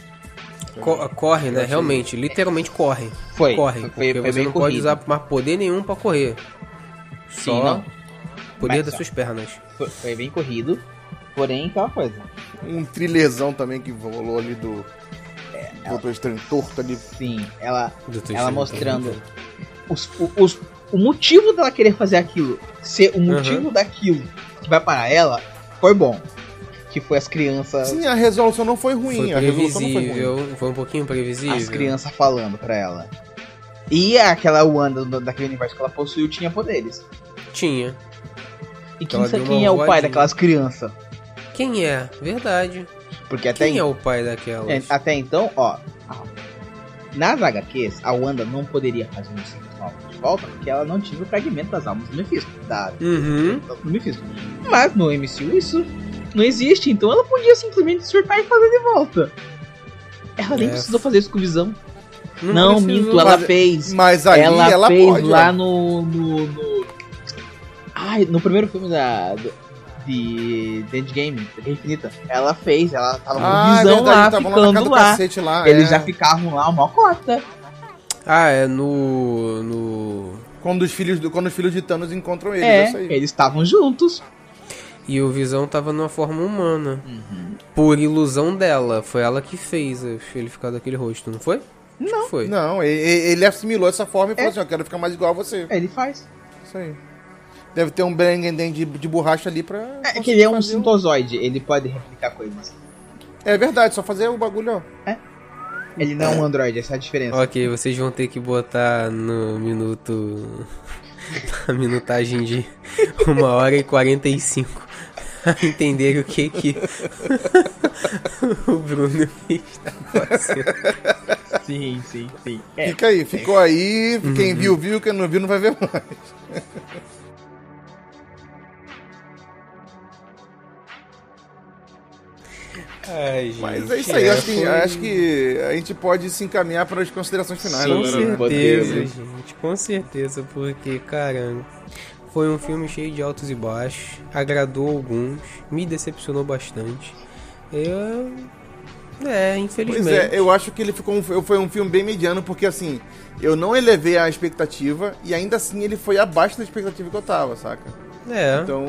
Co- corre, né? Realmente, literalmente corre. Foi, Corre. foi- porque foi você bem não pode corrido. usar mais poder nenhum pra correr. Só não. poder Mas das só. suas pernas. Foi, foi bem corrido, porém aquela coisa. Um trilezão também que rolou ali do. É, outro estranho torto ali. Sim, ela, Do teu ela jeito. mostrando os, o- os, o motivo dela querer fazer aquilo, ser o Uhum. motivo daquilo que vai parar ela, foi bom. Que foi as crianças, Sim, a resolução não foi ruim. Foi a resolução não foi ruim. previsível. Foi, um pouquinho previsível. as crianças falando pra ela. E aquela Wanda do- daquele universo que ela possuiu tinha poderes. Tinha. E quem, Ela sa- deu quem uma é o pai voadinha. daquelas crianças? Quem é? Verdade. Porque até Quem em- é o pai daquelas? É, até então, ó. a- Nas HQs, a Wanda não poderia fazer um ciclo almas de volta porque ela não tinha o fragmento das almas do Mephisto. Da, Uhum. do Mephisto. Mas no MCU isso não existe, então ela podia simplesmente surtar e fazer de volta. Ela nem É. precisou fazer isso com visão. Não, precisou. minto, ela Mas- fez. Mas ali ela, ela, fez pode. lá ó. no, no, no. Ai, no primeiro filme da. do- de, de Endgame, da Guerra Infinita. Ela fez, ela tava com um Ah, é visão verdade, lá, tava lá na casa ficando do lá. cacete lá. Eles é. já ficavam lá uma cota. Ah, é no. no... Quando os filhos, do, quando os filhos de Thanos encontram eles, É, isso aí. eles estavam juntos. E o Visão tava numa forma humana. Por ilusão dela. Foi ela que fez ele ficar daquele rosto, não foi? Não. foi. Não, e- e- ele assimilou essa forma e falou É. assim, eu quero ficar mais igual a você. É Ele faz. Isso aí. Deve ter um Brangenden de, de borracha ali pra... É que ele é um fazer sintozoide, ele pode replicar coisas. É verdade, só fazer o bagulho, ó. Ele não é um androide, essa é a diferença. Ok, vocês vão ter que botar no minuto. na minutagem de 1 hora e 45 a entender o que que o Bruno está fazendo. Sim, sim, sim. É, Fica aí, ficou aí. Uhum. Quem viu, viu. Quem não viu, não vai ver mais. Ai, gente. Mas é isso aí. acho, que, acho que a gente pode se encaminhar para as considerações finais. Com agora, né? certeza, roteiro. gente. Com certeza, porque, cara, foi um filme cheio de altos e baixos. Agradou alguns, me decepcionou bastante. Eu. É, Pois infelizmente. é, eu acho que ele ficou um, foi um filme bem mediano, porque assim, eu não elevei a expectativa e ainda assim ele foi abaixo da expectativa que eu tava, saca? É. Então,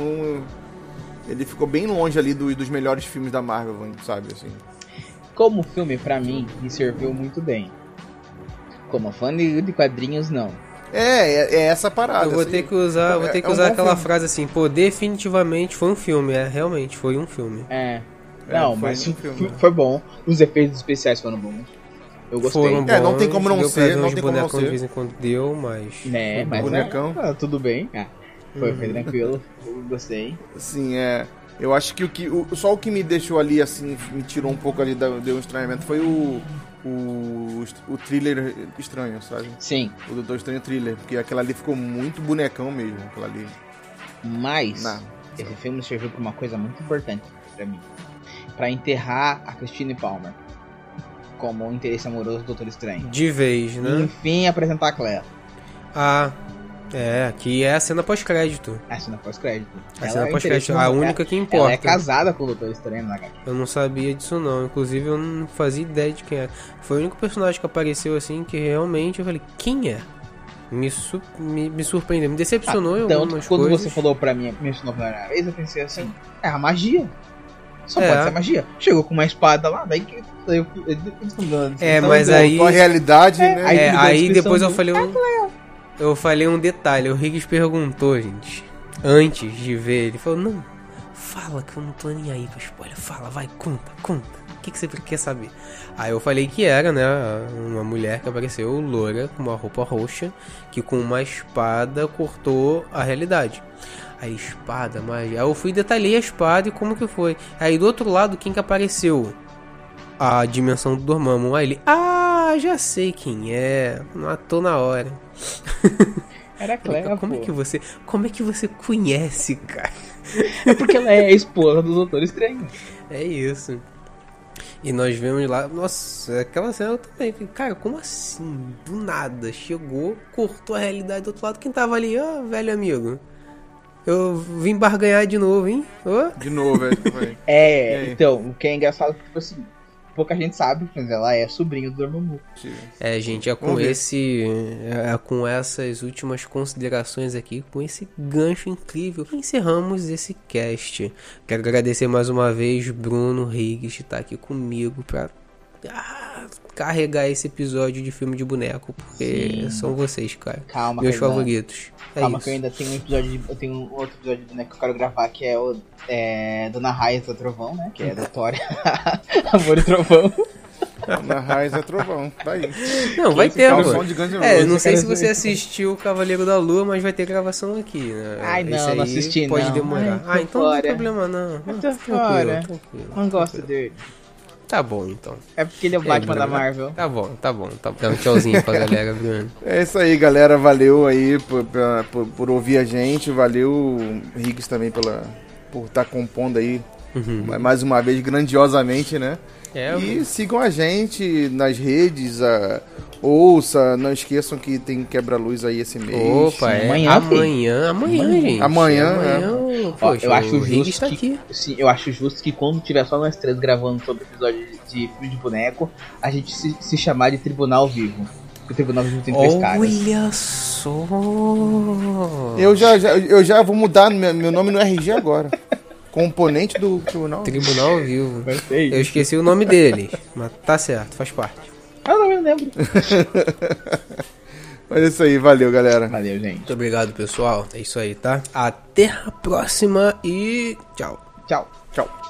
ele ficou bem longe ali do- dos melhores filmes da Marvel, sabe? Assim. Como filme, pra mim, me serviu muito bem. Como fã de de quadrinhos, não. É, é, é essa parada. Eu vou assim. ter que usar, eu vou é- ter que é um usar bom aquela filme. frase assim, pô, definitivamente foi um filme, é, realmente foi um filme. É. É, Não, foi mas um f- filme. né? foi bom. Os efeitos especiais foram bons. Eu gostei. Foram É, não tem como não deu ser, pra ver não uns tem como não bonecão de ser. vez em quando deu, mas Né, foi mas bom. bonecão. ah, tudo bem. Ah, foi, Uhum. foi tranquilo. Eu gostei. Assim, é. Eu acho que o que. o- só o que me deixou ali, assim, me tirou um pouco ali, da, deu um estranhamento, foi o. O, o thriller estranho, sabe? Sim, O Doutor Estranho Thriller, porque aquela ali ficou muito bonecão mesmo, aquela ali. mas Não. esse filme serviu pra uma coisa muito importante pra mim. Pra enterrar a Christine Palmer. Como o interesse amoroso do Doutor Estranho. de vez, E, né? enfim, apresentar a Claire. Ah, é, que é a cena pós-crédito. A cena pós-crédito. A Ela cena é pós-crédito, interesse- a única que Ela é importa. casada com o Doutor Estranho né? na HQ. Eu não sabia disso não, inclusive eu não fazia ideia de quem era. Foi o único personagem que apareceu assim que realmente eu falei, quem é? Me, su- me, me surpreendeu, me decepcionou em Então, algumas quando coisas. você falou pra mim, mencionou pela primeira vez, eu pensei assim, é a magia. Só É. pode ser magia. Chegou com uma espada lá, daí que daí eu eu- eu- É, eu- mas eu- aí- Então, a realidade, É, né? aí- É, me deu a aí descrição depois eu do- falei um, eu falei um detalhe. O Riggs perguntou, gente, antes de ver, ele falou: Não, fala que eu não tô nem aí pra spoiler. Fala, vai, conta, conta. O que, que você quer saber? Aí eu falei que era, né? Uma mulher que apareceu loura, com uma roupa roxa, que com uma espada cortou a realidade. Aí, espada, mas. Aí eu fui e detalhei a espada e como que foi. Aí do outro lado, quem que apareceu? a dimensão do Dormammu. Aí ele, ah, já sei quem é, matou na hora. Era a Falei, Clea, como é pô. que você, como é que você conhece, cara? É porque ela é a esposa do Doutor Estranho. É isso. E nós vemos lá, nossa, aquela cena eu também, fiquei, cara, como assim? Do nada, chegou, cortou a realidade do outro lado, quem tava ali, ó, velho amigo. Eu vim barganhar de novo, hein? Ô? De novo, é. foi. E É, aí? então, o que é engraçado é que, tipo assim, pouca gente sabe, mas ela é sobrinho do Dormammu. É, gente, é com Vamos ver. esse. É com essas últimas considerações aqui, com esse gancho incrível, que encerramos esse cast. Quero agradecer mais uma vez Bruno Riggs de estar aqui comigo pra ah, carregar esse episódio de filme de boneco, porque Sim. são vocês, cara. Calma, meus que eu ainda- favoritos. É Calma isso. que eu ainda tenho um episódio de, eu tenho um outro episódio de boneco que eu quero gravar, que é o é, Dona Raia do Trovão, né? Que é da Tória. Amor e Trovão. Na raiz é trovão. Tá aí. é. Não, vai ter, Cara, amor. som de Guns N' É, Roses. não sei cara se você assistiu o Cavaleiro da Lua, mas vai ter gravação aqui, né? Ai, não, Esse não aí assisti, Pode não. demorar. Ai, tô ah, então não tem fora. problema, não. Eu tô Tranquilo, fora. tranquilo. Não gosto dele. Tá bom, então. É porque ele é o Batman da Marvel. Tá bom, tá bom. Tá bom. Dá um tchauzinho pra galera, Bruno. É isso aí, galera. Valeu aí por, pra- por, por ouvir a gente. Valeu, Riggs, também pela, por estar compondo aí Uhum. mais uma vez grandiosamente, né? É, e sigam a gente nas redes, a- Ouça, não esqueçam que tem quebra-luz aí esse mês. Opa, é amanhã, Amanhã, amanhã, amanhã, gente. Amanhã, amanhã Ó, poxa, eu acho o Riggs justo tá que, aqui. Sim, eu acho justo que quando tiver só nós três gravando sobre o episódio de, de filme de boneco, a gente se, se chamar de Tribunal Vivo. Porque o Tribunal Vivo tem três caras. Olha só. Eu já, já- eu já vou mudar meu, meu nome no RG agora. Componente do tribunal. Tribunal Vivo. Vai ser Eu É isso. esqueci o nome dele, mas tá certo, faz parte. Ah, não, eu lembro. Mas é isso aí, valeu, galera. Valeu, gente. Muito obrigado, pessoal. É isso aí, tá? Até a próxima e tchau. Tchau. Tchau.